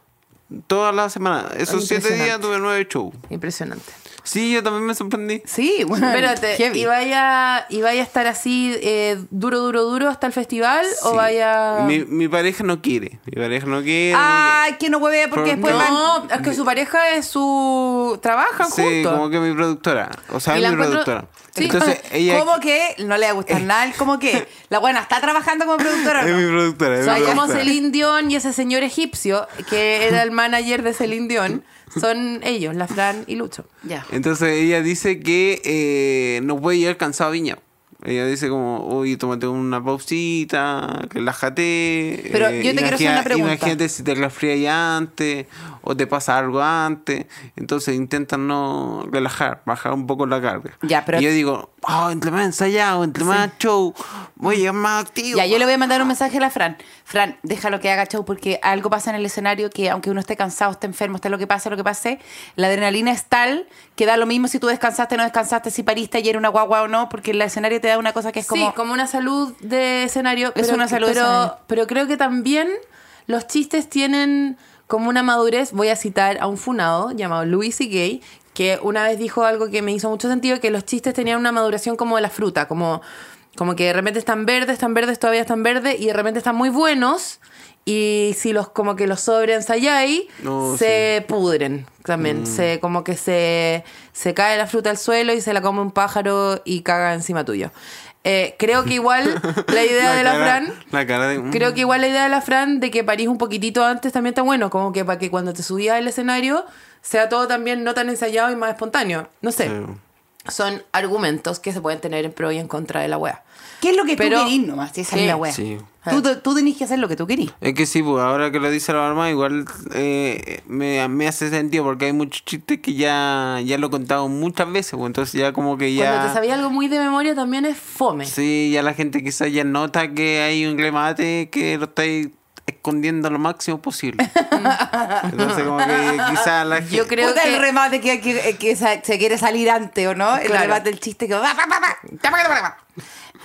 E: Toda la semana. Esos siete
B: Impresionante.
E: días tuve nueve shows.
B: Impresionante.
E: Sí, yo también me sorprendí.
D: Sí, bueno.
B: Espérate,
D: heavy.
B: ¿y vaya, ¿y vaya a estar así eh, duro, duro, duro hasta el festival? ¿O
E: Sí.
B: vaya...? Ah,
E: Mi, mi pareja no quiere. Mi pareja no quiere.
D: Ay, que no hueve porque
E: Pero
D: después van.
B: No, es que su pareja es su... Trabajan
E: Sí,
B: juntos.
E: como que mi productora. O sea,
B: Y
E: es
B: la
E: mi
B: encuentro-
E: productora.
B: Sí.
E: Entonces, ella eh,
D: ¿Cómo que? No le va a gustar nada. el ¿Cómo que? La buena está trabajando como productora. o
E: es
D: no?
E: mi productora. es mi
B: Son como
E: productora.
B: Celine Dion y ese señor egipcio, que era el manager de Celine Dion. Son ellos, la Fran y Lucho.
D: Ya.
E: Entonces ella dice que eh, no puede llegar cansado a Viña. Ella dice como, oye, tómate una pausita, relájate. eh,
D: Pero yo te quiero hacer
E: imagina-
D: una pregunta.
E: Imagínate si te resfría ya antes o te pasa algo antes. Entonces intentan no relajar, bajar un poco la carga.
D: Ya, pero-
E: Y yo digo, oh, entre más ensayado, entre más show, voy a llegar más activo.
D: Ya, yo le voy a mandar un mensaje a la Fran. Fran, déjalo que haga show porque algo pasa en el escenario que aunque uno esté cansado, esté enfermo, esté lo que pase, lo que pase, la adrenalina es tal que da lo mismo si tú descansaste, no descansaste, si pariste ayer una guagua o no, porque el escenario te da una cosa que es como...
B: sí, como una salud de escenario.
D: Es una salud de
B: pero,
D: escenario.
B: pero creo que también los chistes tienen como una madurez. Voy a citar a un funado llamado Louis C. Gay, que una vez dijo algo que me hizo mucho sentido, que los chistes tenían una maduración como de la fruta, como, como que de repente están verdes, están verdes, todavía están verdes, y de repente están muy buenos. Y si los como que los sobreensayáis,
E: No, Mm.
B: se pudren también. Se, como que se, se cae la fruta al suelo y se la come un pájaro y caga encima tuyo. Eh, creo que igual la idea de la
E: cara-
B: Fran.
E: La cara de... mm,
B: Creo que igual la idea de la Fran de que parís un poquitito antes también está bueno, como que para que cuando te subías al escenario sea todo también no tan ensayado y más espontáneo. No sé.
E: Sí.
B: Son argumentos que se pueden tener en pro y en contra de la wea.
D: ¿Qué es lo que
B: Pero-
D: tú querís nomás? Esa
B: Sí.
D: es la wea.
E: Sí.
D: Tú, tú tenés que hacer lo que tú querís.
E: Es que sí, pues ahora que lo dice la mamá, igual eh, me, me hace sentido porque hay muchos chistes que ya, ya lo he contado muchas veces, pues entonces ya como que ya...
B: Cuando te sabía algo muy de memoria también es fome.
E: Sí, ya la gente quizás ya nota que hay un remate que lo estáis escondiendo lo máximo posible. entonces como que quizás la gente...
B: Yo creo
D: Puta,
B: que-
D: el remate que, que- que sa- se quiere salir antes, ¿o no? El
B: Claro.
D: remate del chiste que... va, va, va, va.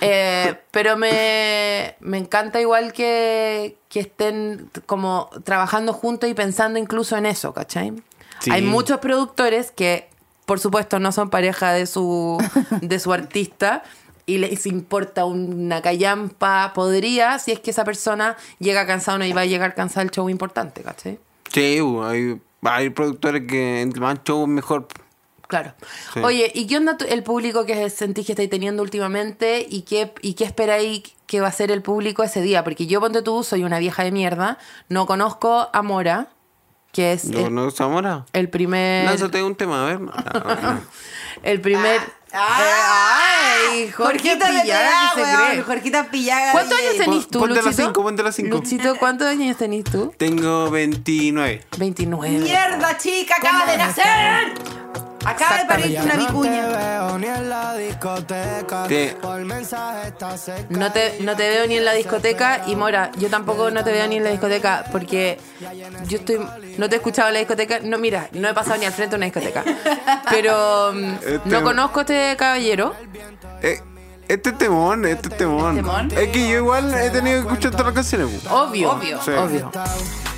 B: Eh, pero me, me encanta igual que, que estén como trabajando juntos y pensando incluso en eso, ¿cachai?
E: Sí.
B: Hay muchos productores que, por supuesto, no son pareja de su, de su artista y les importa una callampa, podría, si es que esa persona llega cansada o no y va a llegar cansada al show importante, ¿cachai?
E: Sí, pues, hay, hay productores que entre más show mejor.
B: Claro.
E: Sí.
B: Oye, ¿y qué onda tu- el público que sentís que estáis teniendo últimamente? ¿Y qué, y qué esperáis que va a ser el público ese día? Porque yo, ponte tú, soy una vieja de mierda. No conozco a Mora, que es
E: ¿No,
B: el,
E: no Zamora?
B: el primer...
E: Lánzate un tema, a ver. Ah,
B: El primer... Ah,
D: Ah, ¡Ay!
B: Jorgito
D: Jorgita de te
B: Pillada,
D: da,
B: que se
D: weón,
B: cree.
D: Jorgita pillada.
B: ¿Cuántos años
E: Pon-
B: tenís tú,
E: ponte las
B: Luchito?
E: cinco, ponte las cinco.
B: Luchito, ¿cuántos años tenís tú?
E: Tengo 29.
B: 29.
D: ¡Mierda, chica! ¡Acaba de nacer! Acaba de parirte
F: Ya
D: una
F: no te
D: vicuña.
F: veo ni en la discoteca.
E: Te-
F: Por mensaje estás cerca
B: No te,
F: y
B: no te veo ni en la discoteca y Mora, yo tampoco no te veo ni en la discoteca porque yo estoy no te he escuchado en la discoteca, no mira, no he pasado ni al frente de una discoteca. Pero mm,
E: Este-
B: no conozco a este caballero.
E: Eh, este temón, este temón.
D: ¿Temón?
E: Es que yo igual he tenido que escuchar todas las canciones. pu.
B: Obvio,
D: Obvio.
E: Sí.
B: obvio.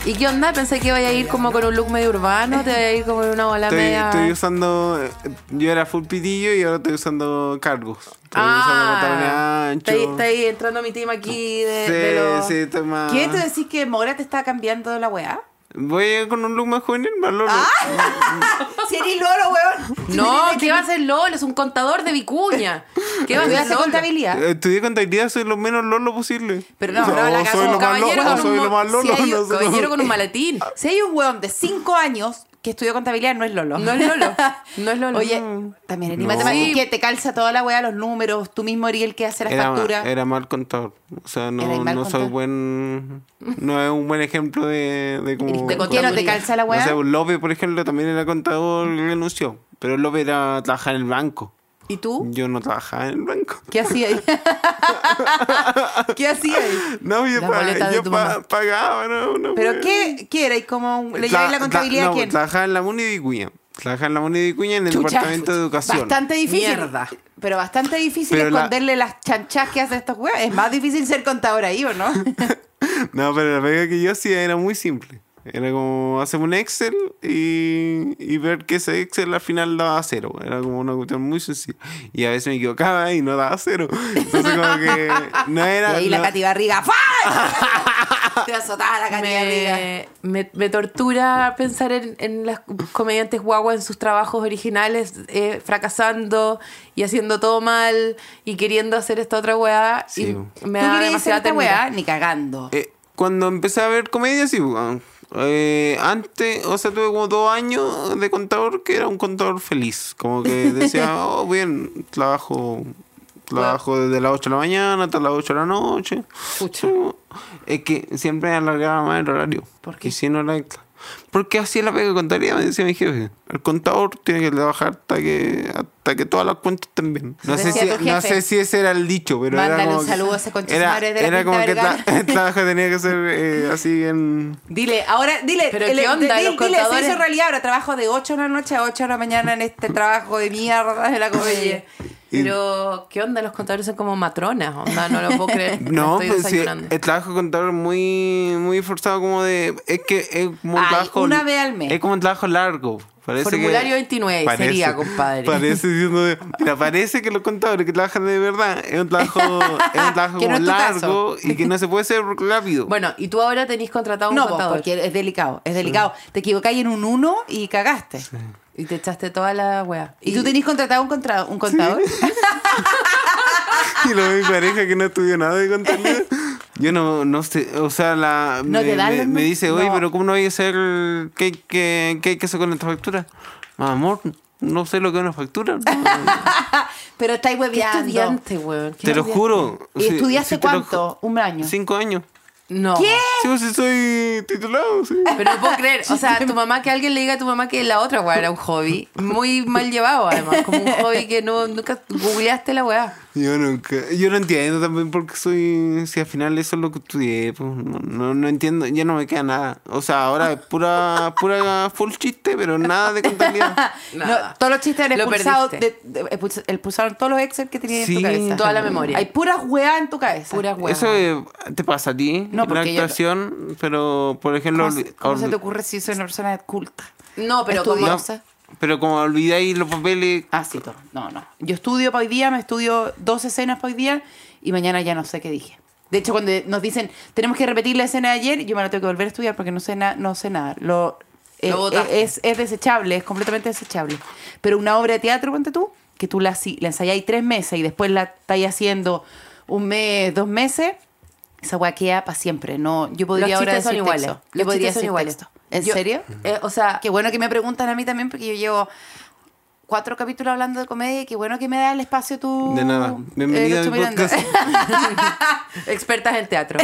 B: ¿Y qué onda? Pensé que iba a ir como con un look medio urbano, te iba a ir como en una bola
E: Estoy,
B: media.
E: estoy usando. eh, Yo era full pitillo y ahora estoy usando cargos. Estoy usando pantalones
B: ah, está
E: anchos.
B: ahí, está ahí entrando mi team aquí de,
E: sí,
B: de los-
E: sí, estoy más.
D: ¿Qué tú decís que Mora te está cambiando la weá?
E: Voy con un look más juvenil, más lolo.
B: Ah,
D: Si eres lolo, weón. Si
B: No,
D: tenés-
B: ¿qué va a hacer LOL? Es un contador de vicuña. ¿Qué va a hacer
D: Estudiaste
B: LOL?
D: contabilidad.
E: Estudié contabilidad, soy lo menos lolo posible.
D: Pero no,
E: O sea,
D: no, la
E: o
D: cagó.
E: soy lo más
B: Caballero
E: lolo, o
B: con un
E: soy lo
B: mo-
E: más lolo.
B: si hay
E: no
B: un
E: sé.
B: caballero con un maletín.
D: Si hay un weón de 5 años que estudió contabilidad, no es Lolo.
B: No es Lolo. No es Lolo. Mm.
D: Oye, también eres
E: No.
D: matemático,
B: Sí.
D: que te calza toda la weá, los números, tú mismo eres el que hace las
E: era, ma-
D: facturas.
E: era mal contador. O sea,
D: Era
E: no,
D: mal
E: no soy
D: contador.
E: buen. No es un buen ejemplo de, de cómo.
B: De
D: ¿Qué no te
B: contaduría.
D: calza la weá?
E: O sea, López, por ejemplo, también era contador y renunció. Pero López era trabajar en el banco.
D: ¿Y tú?
E: Yo no trabajaba en el banco.
D: ¿Qué hacía ahí? ¿Qué hacía ahí?
E: No, yo,
B: La
E: pa-
B: boleta de
E: yo
B: tu
E: pa-
B: mamá.
E: pagaba, no, no,
D: ¿Pero
E: no.
D: qué, qué era? ¿Y cómo le
E: Tra-
D: lleváis la contabilidad
E: tra-
D: a
E: no,
D: quién?
E: Trabajaba en la Muni de Vicuña. Trabajaba en la Muni de Vicuña en el
D: Chucha.
E: Departamento de Educación.
D: Bastante difícil.
B: Mierda.
D: Pero bastante difícil
E: Pero la-
D: esconderle las chanchas que hacen estos weones. Es más difícil ser contador ahí, ¿o no?
E: No, pero la pega que yo hacía era muy simple. Era como hacer un Excel y, y ver que ese Excel al final daba cero. Era como una cuestión muy sencilla. Y a veces me equivocaba y no daba cero. Entonces como que no
D: y
E: era...
D: ahí la
E: no-
D: Cati Barriga. ¡fua! Te azotaba la Cati Barriga.
B: me, me, me tortura pensar en, en las comediantes guagua en sus trabajos originales eh, fracasando y haciendo todo mal y queriendo hacer esta otra weá.
E: Sí.
B: Y me
D: ¿Tú querías
B: da
D: hacer
B: demasiada
D: esta
B: ternura.
D: weá? Ni cagando.
E: Eh, cuando empecé a ver comedia, sí. weón. Eh, antes, o sea, tuve como dos años de contador que era un contador feliz. Como que decía, oh, bien, trabajo, trabajo desde las 8 de la mañana hasta las 8 de la noche.
B: Pucha.
E: Es que siempre alargaba más el horario. ¿Por qué? Y si no era extra. Porque así es la pega de contaría, me decía mi jefe. El contador tiene que trabajar hasta que, hasta que todas las cuentas estén bien. No, sé
D: Decía
E: si,
D: tu
E: no
D: jefe.
E: sé si ese era el dicho, pero era
D: Mándale
E: como
D: un
E: que-
D: saludo a ese concha
E: era,
D: madre de la
E: era
D: Quinta
E: como que tra-
D: Vergara.
E: el trabajo tenía que ser eh, así en...
D: Dile, ahora, dile,
B: Pero ¿qué onda,
D: dile,
B: los
D: dile,
B: contadores?
D: se hizo realidad, ahora trabajo de 8 de la noche a 8 de la mañana en este trabajo de mierda de la comedia.
B: Oye, Pero, ¿qué onda? Los contadores son como matronas, onda, no lo puedo creer. me
E: No,
B: estoy
E: pues sí,
B: desayunando.
E: el trabajo contador muy muy forzado como de... Es que es como un
D: Ay,
E: trabajo...
D: una vez al mes.
E: Es como un trabajo largo. Parece que-
B: Formulario 29 sería, compadre.
E: Parece, diciendo de- mira, parece que los contadores que trabajan de verdad es un trabajo, es un trabajo
D: Que no
E: como
D: es tu
E: largo y que no se puede hacer rápido.
B: Bueno, y tú ahora tenés contratado un
D: No, vos,
B: contador.
D: porque es delicado, es delicado. Te equivocáis en un 1 y cagaste.
B: Y te echaste toda la weá.
D: ¿Y, tú tenés contratado un, contra- un contador?
E: Y luego mi pareja que no estudió nada de contabilidad. Yo no, no sé, o sea, la,
D: No
E: me,
D: te dan
E: me-
D: los
E: me
D: nu-
E: dice, oye,
D: no.
E: pero ¿cómo no voy a hacer qué, qué, qué hay que hacer con esta factura? "Ah, Amor, no sé lo que es una factura.
D: Pero estáis
B: ¿Qué
D: hueveando.
B: estudiante, weón? ¿Qué
E: te lo
B: estudiante?
E: juro.
D: ¿Y
E: Sí,
D: estudiaste
E: sí te lo ju-
D: cuánto? ¿Un año?
E: Cinco años.
B: No.
D: ¿Qué?
E: Sí, pues, sí, soy titulado, sí.
B: Pero no puedo creer. O sea, tu mamá, que alguien le diga a tu mamá que la otra weá era un hobby. Muy mal llevado, además. Como un hobby que no, nunca googleaste la weá.
E: Yo nunca, yo no entiendo también porque soy, si al final eso es lo que estudié, pues, no, no, no entiendo, ya no me queda nada. O sea, ahora es pura, pura full chiste, pero nada de contabilidad.
B: Nada.
D: No, todos los chistes eran
B: Lo
D: expulsados.
B: perdiste.
D: de- de- expulsa- expulsaron todos los Excel que tenías en
E: Sí.
D: tu cabeza.
B: Toda la memoria.
D: Hay puras weas en tu cabeza.
B: Pura weá.
E: Eso eh, te pasa a ti,
D: No,
E: en la
D: porque yo-
E: actuación, pero por ejemplo...
D: ¿Cómo, se- cómo
E: olvi-
D: se te ocurre si soy una persona culta?
B: No, pero como...
E: no,
D: cosa?
E: pero como olvidáis los papeles...
D: Ah, sí, todo. No, no. Yo estudio para hoy día, me estudio dos escenas para hoy día y mañana ya no sé qué dije. De hecho, cuando nos dicen tenemos que repetir la escena de ayer, yo me la tengo que volver a estudiar porque no sé, na- no sé nada. Lo, eh,
B: Lo botaste.
D: es, es desechable, es completamente desechable. Pero una obra de teatro, ponte tú, que tú la, si- la ensayáis tres meses y después la estáis haciendo un mes, dos meses, esa weá queda para siempre. No, yo podría
B: Los
D: ahora
B: chistes son
D: decir
B: iguales.
D: texto. Yo
B: Los
D: podría
B: chistes son
D: decir
B: iguales.
D: texto. ¿En
B: Yo-
D: serio?
B: eh, o sea,
D: Qué bueno que me preguntan a mí también porque yo llevo cuatro capítulos hablando de comedia y qué bueno que me da el espacio eh, tú.
E: De nada. Bienvenida a
D: Lucho
E: mi
D: Miranda.
E: podcast.
B: Expertas en teatro.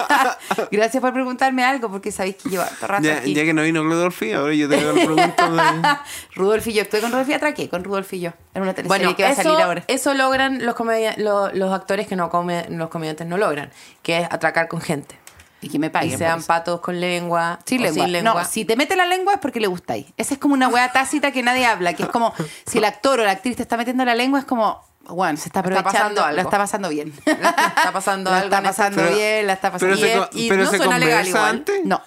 D: Gracias por preguntarme algo porque sabéis que llevo harto rato
E: Ya,
D: aquí.
E: ya que no vino Glodorfi, ahora yo te hago la pregunta de...
D: Rudolf y yo. Estuve con Rudolf y atraqué con Rudolf y yo. En una teleserie
B: Bueno,
D: que va
B: eso,
D: a salir ahora.
B: eso logran los, comedia- lo- los actores que no come- los comediantes no logran, que es atracar con gente.
D: Y que me
B: Y
D: paguen. por
B: sean
D: eso.
B: patos con lengua,
D: Sin
B: o
D: lengua.
B: sin lengua.
D: No, si te mete la lengua es porque le gustáis. Esa es como una weá tácita que nadie habla, que es como si el actor o la actriz te está metiendo la lengua, es como, bueno, se está
B: Está
D: aprovechando.
B: pasando algo.
D: La está pasando bien.
B: Está pasando
D: la
B: algo
D: está
B: en este-
D: pasando
E: Pero-
D: bien, la está pasando
E: pero se
D: bien.
E: co-
B: y
E: pero
B: no
E: se
B: suena legal
E: conversa
B: igual.
E: antes.
D: No.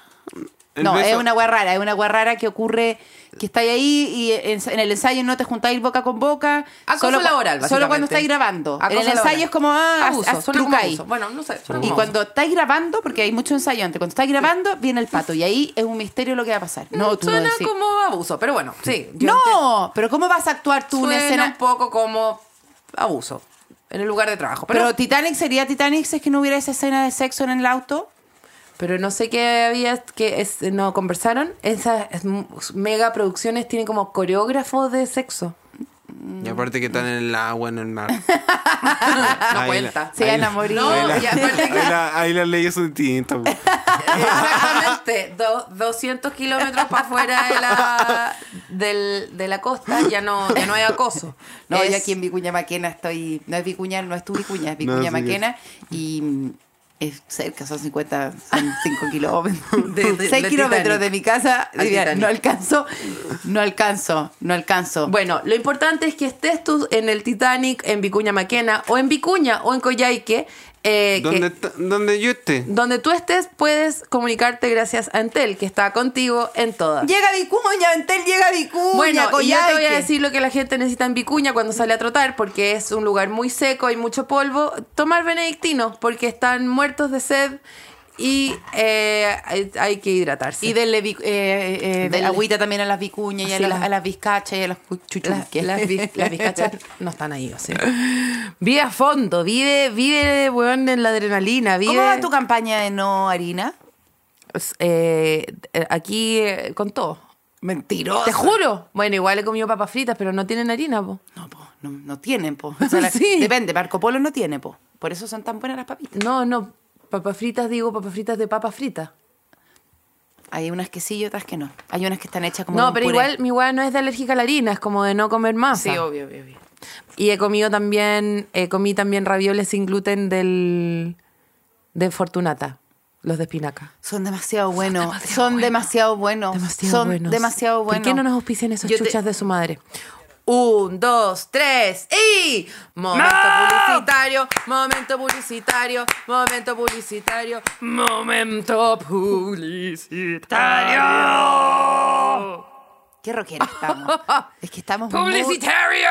E: El
D: No, es
E: beso-
D: una weá rara, es una weá rara que ocurre que estáis ahí y en, en el ensayo no te juntáis boca con boca.
B: Acoso
D: cua-
B: laboral,
D: Solo
B: básicamente.
D: cuando estáis grabando.
B: Acoso
D: en el ensayo
B: laboral.
D: es como, ah,
B: Abuso,
D: haz- haz
B: suena como
D: truca ahí.
B: abuso. Bueno, no sé. suena
D: Y
B: como
D: cuando estáis grabando, porque hay mucho ensayo antes, cuando estáis grabando viene el pato y ahí es un misterio lo que va a pasar. No,
B: abuso.
D: tú no
B: suena
D: decís.
B: como abuso, pero bueno, sí. yo entiendo.
D: No, pero ¿cómo vas a actuar tú
B: Suena
D: una
B: un
D: escena?
B: poco como abuso en el lugar de trabajo. Pero,
D: Pero,
B: pero,
D: Titanic sería Titanic si es que no hubiera esa escena de sexo en el auto.
B: no sé qué había que es, no conversaron. Esas es- mega producciones tienen como coreógrafos de sexo.
E: Y aparte que están en el agua, en el mar. no
B: cuenta.
D: Se van a morir.
B: No,
E: ahí, la-
B: y aparte
E: ahí
B: que-
E: la- ahí las leyes son distintas. po.
B: Exactamente, do- 200 kilómetros para afuera de la, del- de la costa ya no, ya no hay acoso.
D: No,
B: Es-
D: yo aquí en Vicuña Maquena estoy. No es Vicuña, no es tu Vicuña, es
E: No,
D: Vicuña
E: sí que-
D: Maquena. Y mm, es cerca, son 50, son 5 kilómetros.
B: De- de-
D: 6
B: de
D: kilómetros
B: Titanic.
D: de mi casa.
B: Al
D: diría,
B: Titanic.
D: no alcanzo, no alcanzo, no alcanzo.
B: Bueno, lo importante es que estés tú en el Titanic, en Vicuña Maquena, o en Vicuña, o en Coyhaique, eh, que-
E: ¿Dónde, está- dónde yo esté?
B: donde tú estés puedes comunicarte gracias a Entel, que está contigo en todas.
D: Llega Vicuña, Ventel llega Vicuña.
B: Bueno, y yo te voy a
D: Coyhaique.
B: decir lo que la gente necesita en Vicuña cuando sale a trotar, porque es un lugar muy seco y mucho polvo. Tomar benedictinos, porque están muertos de sed y eh, hay- hay que hidratarse.
D: Y denle vic- eh, eh,
B: Denle.
D: agüita también a las vicuñas y a,
B: Sí,
D: las,
B: las-
D: a las vizcachas y a las cu-
B: las,
D: chuchunques.
B: las, vi- las bizcachas no están ahí, o sea. Vive a fondo, vive, vive, weón, en la adrenalina, vive.
D: ¿Cómo va tu campaña de no harina?
B: Eh, eh, aquí eh, con todo.
D: Mentiroso.
B: Te juro. Bueno, igual he comido papas fritas, pero no tienen harina, po.
D: No, po, no, no tienen, po. O sea, la-
B: Sí.
D: Depende, Marco Polo no tiene, po. Por eso son tan buenas las papitas.
B: No, no. Papas fritas, digo, papas fritas de papas fritas.
D: Hay unas que sí y otras que no. Hay unas que están hechas como.
B: No,
D: un
B: pero
D: puré.
B: igual mi hueá no es de alérgica a la harina, es como de no comer masa.
D: Sí, obvio, obvio, obvio.
B: Y he comido también, eh, comí también ravioles sin gluten del de Fortunata, los de espinaca.
D: Son demasiado buenos.
B: demasiado
D: Son
B: buenos.
D: demasiado buenos.
B: Demasiado
D: Son
B: buenos.
D: demasiado
B: ¿Por
D: buenos.
B: qué no nos auspician esos
D: Yo te-
B: chuchas de su madre? Un, dos, tres y momento publicitario, momento publicitario, momento publicitario, momento publicitario.
D: Qué rockera estamos. es que estamos. muy-
B: ¡Publicitario!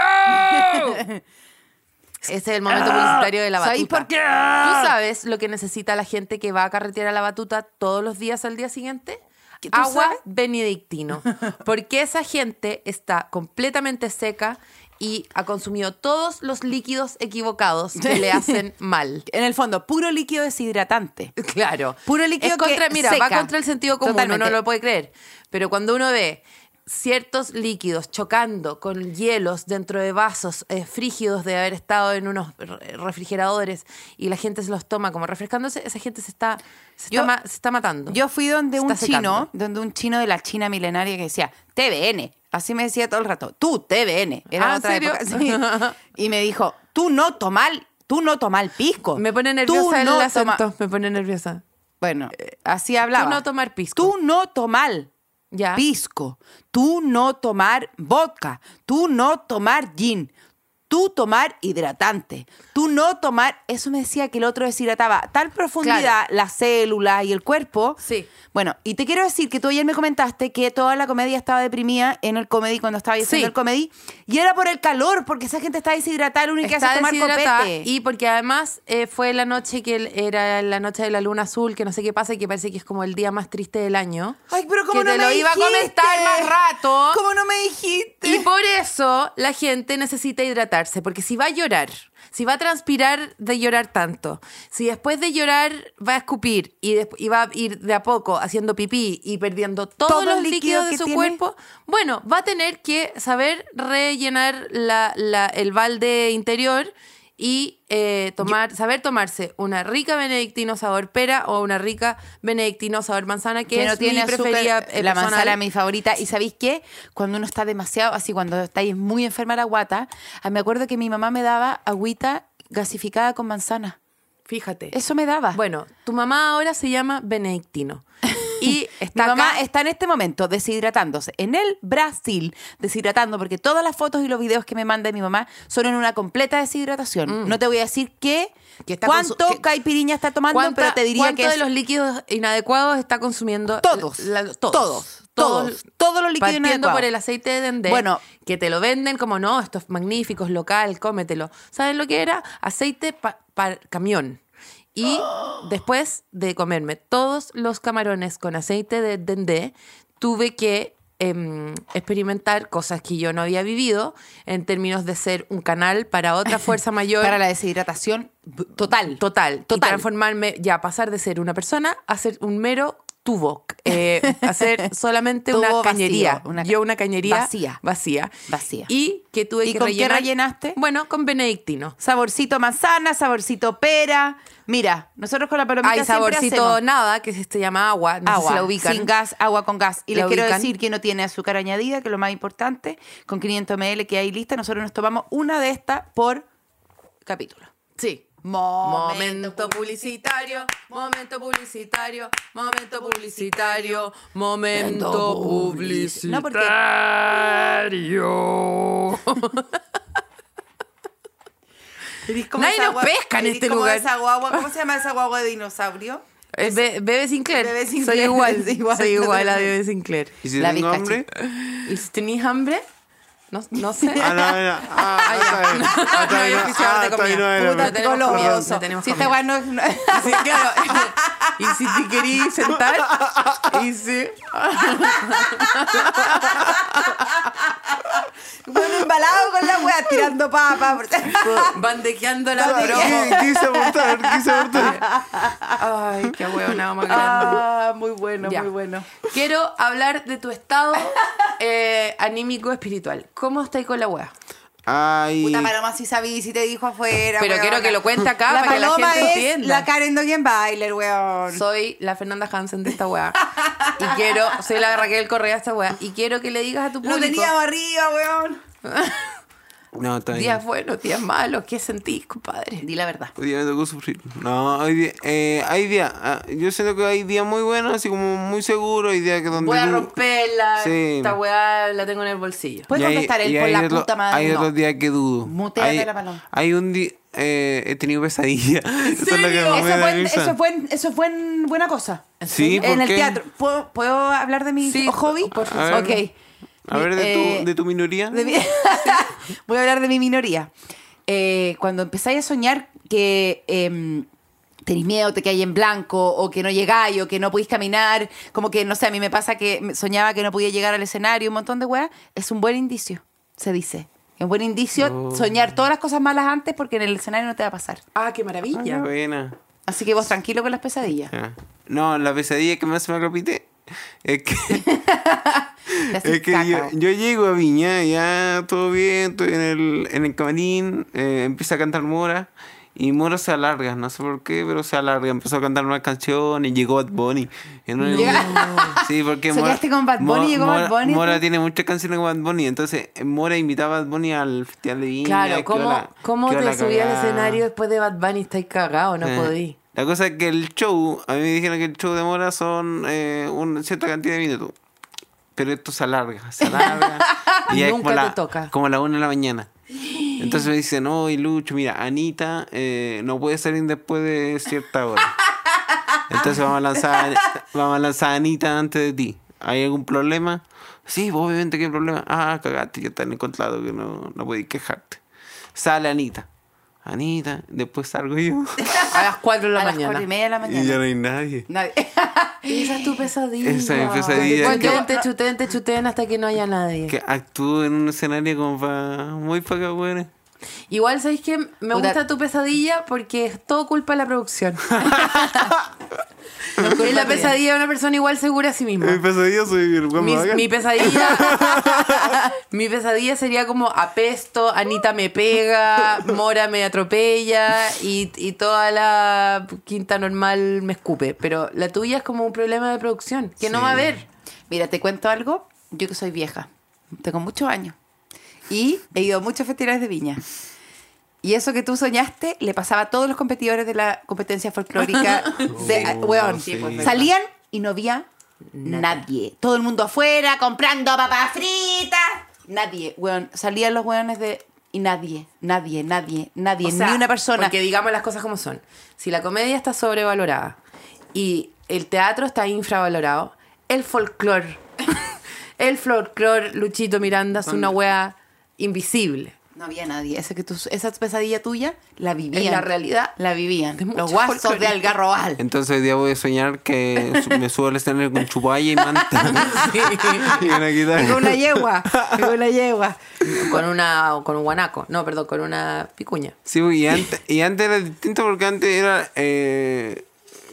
B: Ese es el momento publicitario de la batuta.
D: ¿Sabéis Ah, por qué?
B: ¿Tú sabes lo que necesita la gente que va a carretear a la batuta todos los días al día siguiente?
D: ¿Qué tú
B: Agua
D: sabes?
B: benedictino. Porque esa gente está completamente seca y ha consumido todos los líquidos equivocados que le hacen mal.
D: En el fondo, puro líquido deshidratante.
B: Claro.
D: Puro líquido
B: Es contra-
D: que
B: Mira, va
D: seca.
B: contra el sentido común, uno
D: Totalmente.
B: no lo puede creer. Pero cuando uno ve ciertos líquidos chocando con hielos dentro de vasos eh, frígidos de haber estado en unos re- refrigeradores y la gente se los toma como refrescándose, esa gente se está, se
D: Yo-
B: está, ma- se está matando.
D: Yo fui donde
B: Se
D: un
B: está secando.
D: chino, donde un chino de la China milenaria que decía, TVN. Así me decía todo el rato, tú, TVN. Era
B: Ah, ¿en
D: otra
B: serio?
D: época, sí. Y me dijo, tú no tomal, tú no tomal pisco.
B: Me pone
D: Tú
B: nerviosa el
D: no toma-".
B: acento, me pone nerviosa.
D: Bueno, eh, así hablaba.
B: tú no tomar pisco.
D: Tú no tomal
B: Ya.
D: pisco. Tú no tomar vodka. Tú no tomar gin. Tú tomar hidratante. Tú no tomar... Eso me decía que el otro deshidrataba a tal profundidad
B: Claro.
D: la célula y el cuerpo.
B: Sí.
D: Bueno, y te quiero decir que tú ayer me comentaste que toda la comedia estaba deprimida en el comedy cuando estaba haciendo
B: Sí.
D: el comedy. Y era por el calor, porque esa gente está deshidratada, lo único que hace
B: Está
D: es tomar
B: deshidratada
D: copete.
B: y porque además eh, fue la noche que el- era la noche de la luna azul, que no sé qué pasa y que parece que es como el día más triste del año.
D: Ay, pero como
B: que
D: no
B: te
D: me
B: lo iba a
D: dijiste?
B: comentar más rato.
D: ¿Cómo no me dijiste?
B: Y por eso la gente necesita hidratarse, porque si va a llorar, si va a transpirar de llorar tanto, si después de llorar va a escupir y, desp- y va a ir de a poco haciendo pipí y perdiendo todos
D: Todo el
B: los
D: líquido
B: líquidos de
D: que
B: su
D: tiene.
B: cuerpo, bueno, va a tener que saber rellenar la- la- el balde interior y eh, tomar, saber tomarse una rica benedictino sabor pera o una rica benedictino sabor manzana, que,
D: que
B: es
D: no tiene
B: mi
D: azúcar,
B: preferida eh,
D: la
B: personal.
D: manzana es mi favorita y sabéis qué cuando uno está demasiado así cuando estáis muy enferma la guata ah, me acuerdo que mi mamá me daba agüita gasificada con manzana
B: Fíjate.
D: eso me daba
B: Bueno, tu mamá ahora se llama Benedictino.
D: mi
B: Y está
D: mamá
B: acá-
D: está en este momento deshidratándose en el Brasil deshidratando porque todas las fotos y los videos que me manda mi mamá son en una completa deshidratación no te voy a decir qué
B: Mm. Que está
D: cuánto
B: consu- que-
D: caipirinha está tomando
B: ¿Cuánta-
D: pero te diría
B: cuánto
D: que es
B: de los líquidos inadecuados está consumiendo?
D: Todos.
B: La- todos.
D: Todos. Todos. Todos los líquidos
B: Partiendo
D: inadecuados.
B: por el aceite de dendé.
D: Bueno.
B: Que te lo venden como, no, esto es magnífico, es local, cómetelo. ¿Saben lo que era? Aceite para camión. Y después de comerme todos los camarones con aceite de dendé, tuve que em, experimentar cosas que yo no había vivido en términos de ser un canal para otra fuerza mayor
D: para la deshidratación b- total
B: total,
D: Total.
B: Y transformarme, ya pasar de ser una persona a ser un mero tubo, eh, a ser solamente una
D: Tubo vacío,
B: cañería.
D: una ca-
B: Yo una cañería
D: vacía.
B: vacía.
D: Vacía.
B: Y que tuve
D: ¿Y
B: que
D: con qué
B: rellenar.
D: rellenaste?
B: Bueno, con benedictino.
D: Saborcito manzana, saborcito pera. Mira, nosotros con la palomita
B: Hay
D: siempre
B: saborcito
D: hacemos
B: nada, que se llama agua, no sé
D: agua
B: si la ubican.
D: sin gas, agua con gas. Y
B: ¿La
D: les quiero
B: ubican?
D: decir que no tiene azúcar añadida, que es lo más importante, con 500 ml que hay lista, nosotros nos tomamos una de estas por capítulo.
B: Sí. Momento publicitario, momento publicitario, momento publicitario, momento publicitario.
D: No, porque eres como
B: Nadie
D: esa
B: nos
D: guagua-
B: pesca en
D: eres
B: este
D: como
B: lugar.
D: esa guagua- ¿Cómo se llama esa guagua de dinosaurio?
B: Eh, Be- Bebe Sinclair.
D: Bebe
B: Soy
D: Sinclair,
B: igual,
D: es igual.
B: soy igual a Bebe Sinclair.
E: ¿Y si
D: La
E: tengo
D: bizcacha.
E: hambre?
B: ¿Y si tenéis hambre? No, no sé.
E: Ah, no, era. Ah, hasta ahí.
B: No
E: Hasta ahí
B: hay
E: no-
B: oficiador
E: ah,
B: de
E: hasta ahí
B: comida.
E: no era, Ah,
B: Puta,
E: ¿verdad?
B: tenemos
D: Colombo.
B: comida,
D: oso.
B: no tenemos
D: Si esta
B: comida.
D: guagua no es- no-
B: Sí, claro. Y si te querís sentar, y si...
D: Bueno, embalado con la wea, tirando papa.
B: Bandejeando la
E: Ah,
B: broma.
E: qui- Quise abortar, quise abortar.
B: Ay, qué huevona más grande.
D: Ah, muy bueno,
B: Ya.
D: muy bueno.
B: Quiero hablar de tu estado eh, anímico espiritual. ¿Cómo estáis con la hueá?
E: Ay.
D: Puta Paloma, si sabí, si te dijo afuera.
B: Pero
D: weona.
B: quiero que lo cuente acá
D: la
B: para que la
D: Paloma
B: gente
D: es
B: entienda.
D: La Karen Doggen Bailer, weón.
B: Soy la Fernanda Hansen de esta weá. Y quiero, soy la Raquel Correa de esta weá. Y quiero que le digas a tu
D: lo
B: público.
D: teníamos arriba, weón.
E: No, está bien.
B: días buenos, días malos, ¿qué sentís, compadre?
D: Di la verdad.
E: Hoy día me tocó sufrir. No, hoy día, eh, hay días. ah, yo siento que hay días muy buenos, así como muy seguros. Hay días que donde.
B: Voy a
E: tú-
B: romperla,
E: Sí.
B: esta weá la tengo en el bolsillo.
D: Puedes
E: Y hay-
D: contestar él
E: y
D: por
E: hay
D: la
E: otro-
D: puta madre.
E: Hay
D: no.
E: otros días que dudo.
D: Muteate
E: Hay-
D: la paloma.
E: Hay un día. Eh, he tenido pesadilla. Eso es lo que más
D: Eso
E: me da
D: fue, en-
E: risa.
D: eso, fue, en- eso fue en buena cosa.
E: Sí, ¿por
D: En el
E: qué?
D: teatro. ¿Puedo, puedo hablar de mi
B: Sí,
D: hobby?
B: por
E: favor. A ver.
D: Ok.
E: A ver, de,
D: Eh,
E: tu, de tu minoría.
D: De mi- Voy a hablar de mi minoría. Eh, cuando empezáis a soñar que em, tenéis miedo, te caes en blanco, o que no llegáis, o que no podéis caminar, como que, no sé, a mí me pasa que me- soñaba que no podía llegar al escenario, un montón de weas, es un buen indicio, se dice. Es un buen indicio
E: Oh.
D: soñar todas las cosas malas antes porque en el escenario no te va a pasar.
B: Ah, qué
E: Ah,
B: maravilla.
E: qué buena.
D: Así que vos tranquilo con las pesadillas.
E: Ya. No, la pesadilla que más se me repite es que.
D: Te haces
E: Es que
D: caca,
E: yo,
D: vos.
E: yo llego a Viña, ya todo bien, estoy en el, en el camarín, eh, empieza a cantar Mora y Mora se alarga, no sé por qué, pero se alarga, empezó a cantar una canción y llegó Bad Bunny. Y no- Sí, porque
D: ¿Soñaste con Bad Bunny y llegó Bad Bunny?
E: Mora tiene muchas canciones con Bad Bunny, entonces eh, Mora invitaba a Bad Bunny al festival de Viña. que
B: Claro, ¿cómo,
E: hola-
B: cómo
E: que hola
B: te subí al
E: cagá.
B: escenario después de Bad Bunny? Estáis cagado, no
E: Eh,
B: podí.
E: La cosa es que el show, a mí me dijeron que el show demora son eh, una cierta cantidad de minutos. Pero esto se alarga, se alarga. y
B: Nunca
E: es como
B: te
E: la,
B: toca.
E: Como la una de la mañana. Entonces me dicen, no, y Lucho, mira, Anita eh, no puede salir después de cierta hora. Entonces vamos a lanzar, vamos a lanzar a Anita antes de ti. ¿Hay algún problema? Sí, pues, obviamente que hay problema. Ah, cagaste, ya está en el contrato que no, no podéis quejarte. Sale Anita. Anita, después salgo yo.
B: A las 4 de la
D: a las
B: mañana.
D: cuatro y media de la
E: Y ya
D: mañana.
E: no hay nadie.
D: Nadie-
B: Esa es tu pesadilla.
E: Esa es mi pesadilla.
B: Bueno,
E: Que-
B: Chuten, chuten, te chuten hasta que no haya nadie.
E: Que actúo en un escenario como pa- muy poca buena.
B: Igual, ¿sabéis que
D: Puta.
B: Me gusta tu pesadilla porque es todo culpa de la producción. es la pesadilla de una persona igual segura a sí misma.
E: Mi pesadilla soy el
D: Pues
E: buen
B: Mi,
E: Barragán.
B: mi pesadilla mi pesadilla sería como apesto, Anita me pega, Mora me atropella y, y toda la quinta normal me escupe. Pero la tuya es como un problema de producción, que no va a haber.
D: Mira, te cuento algo. Yo que soy vieja, tengo muchos años y he ido a muchos festivales de viña. Y eso que tú soñaste le pasaba a todos los competidores de la competencia folclórica. de,
E: Oh,
D: weón.
E: sí, pues,
D: Salían y no había nadie. Todo el mundo afuera comprando papas fritas. Nadie, weón. Salían los weones de. Y nadie, nadie, nadie, nadie,
B: O sea,
D: ni una persona.
B: Porque digamos las cosas como son. Si la comedia está sobrevalorada y el teatro está infravalorado, el folclore, el folclore Luchito Miranda es una wea invisible.
D: No había nadie. Esa, que tú, esa pesadilla tuya la vivían.
B: Es la realidad
D: La vivían.
B: de muchos
D: Los guasos de
B: folcloristas.
D: Algarrobal.
E: Entonces hoy día voy a soñar que su- me subo al escenario con chubaya y manta. y una guitarra.
D: Con una yegua, con una yegua.
B: Con una con un guanaco, no, perdón, con una picuña.
E: Sí, y antes, y antes era distinto porque antes era eh,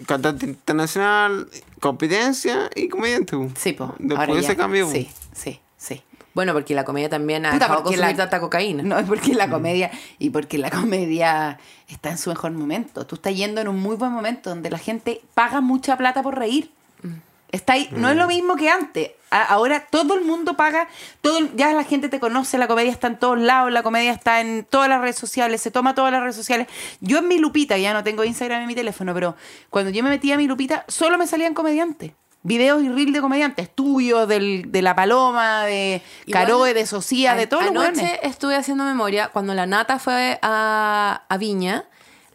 E: cantante internacional, competencia y comediante. bu.
D: Sí, po. ahora
E: Después
D: ya.
E: se cambió. bu.
D: Sí, sí, sí.
B: Bueno, porque la comedia también ha
D: Puta,
B: dejado
D: porque
B: consumir
D: la-
B: tanta cocaína.
D: No, es porque
B: Mm.
D: la comedia, y porque la comedia está en su mejor momento. Tú estás yendo en un muy buen momento donde la gente paga mucha plata por reír.
B: Mm.
D: Está ahí, no es lo mismo que antes. A- Ahora todo el mundo paga, todo el- ya la gente te conoce, la comedia está en todos lados, la comedia está en todas las redes sociales, se toma todas las redes sociales. Yo en mi lupita, ya no tengo Instagram en mi teléfono, pero cuando yo me metía a mi lupita, solo me salían comediantes. Videos y reel de comediantes, tuyos, del, de La Paloma, de
B: Igual,
D: Caroe, de Socia, de
B: an-
D: todos los
B: Anoche
D: buenos.
B: estuve haciendo memoria cuando la Nata fue a, a Viña.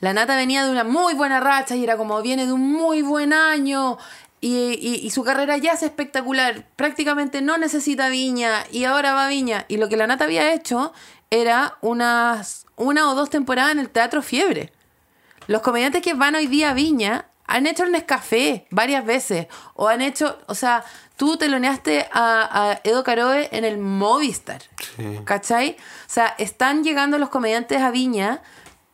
B: La Nata venía de una muy buena racha y era como viene de un muy buen año. Y, y- y su carrera ya es espectacular. Prácticamente no necesita Viña y ahora va a Viña. Y lo que la Nata había hecho era unas una o dos temporadas en el Teatro Fiebre. Los comediantes que van hoy día a Viña han hecho el Nescafé varias veces. O han hecho, o sea, tú teloneaste a, a Edo Caroe en el Movistar. ¿Cachai? O sea, están llegando los comediantes a Viña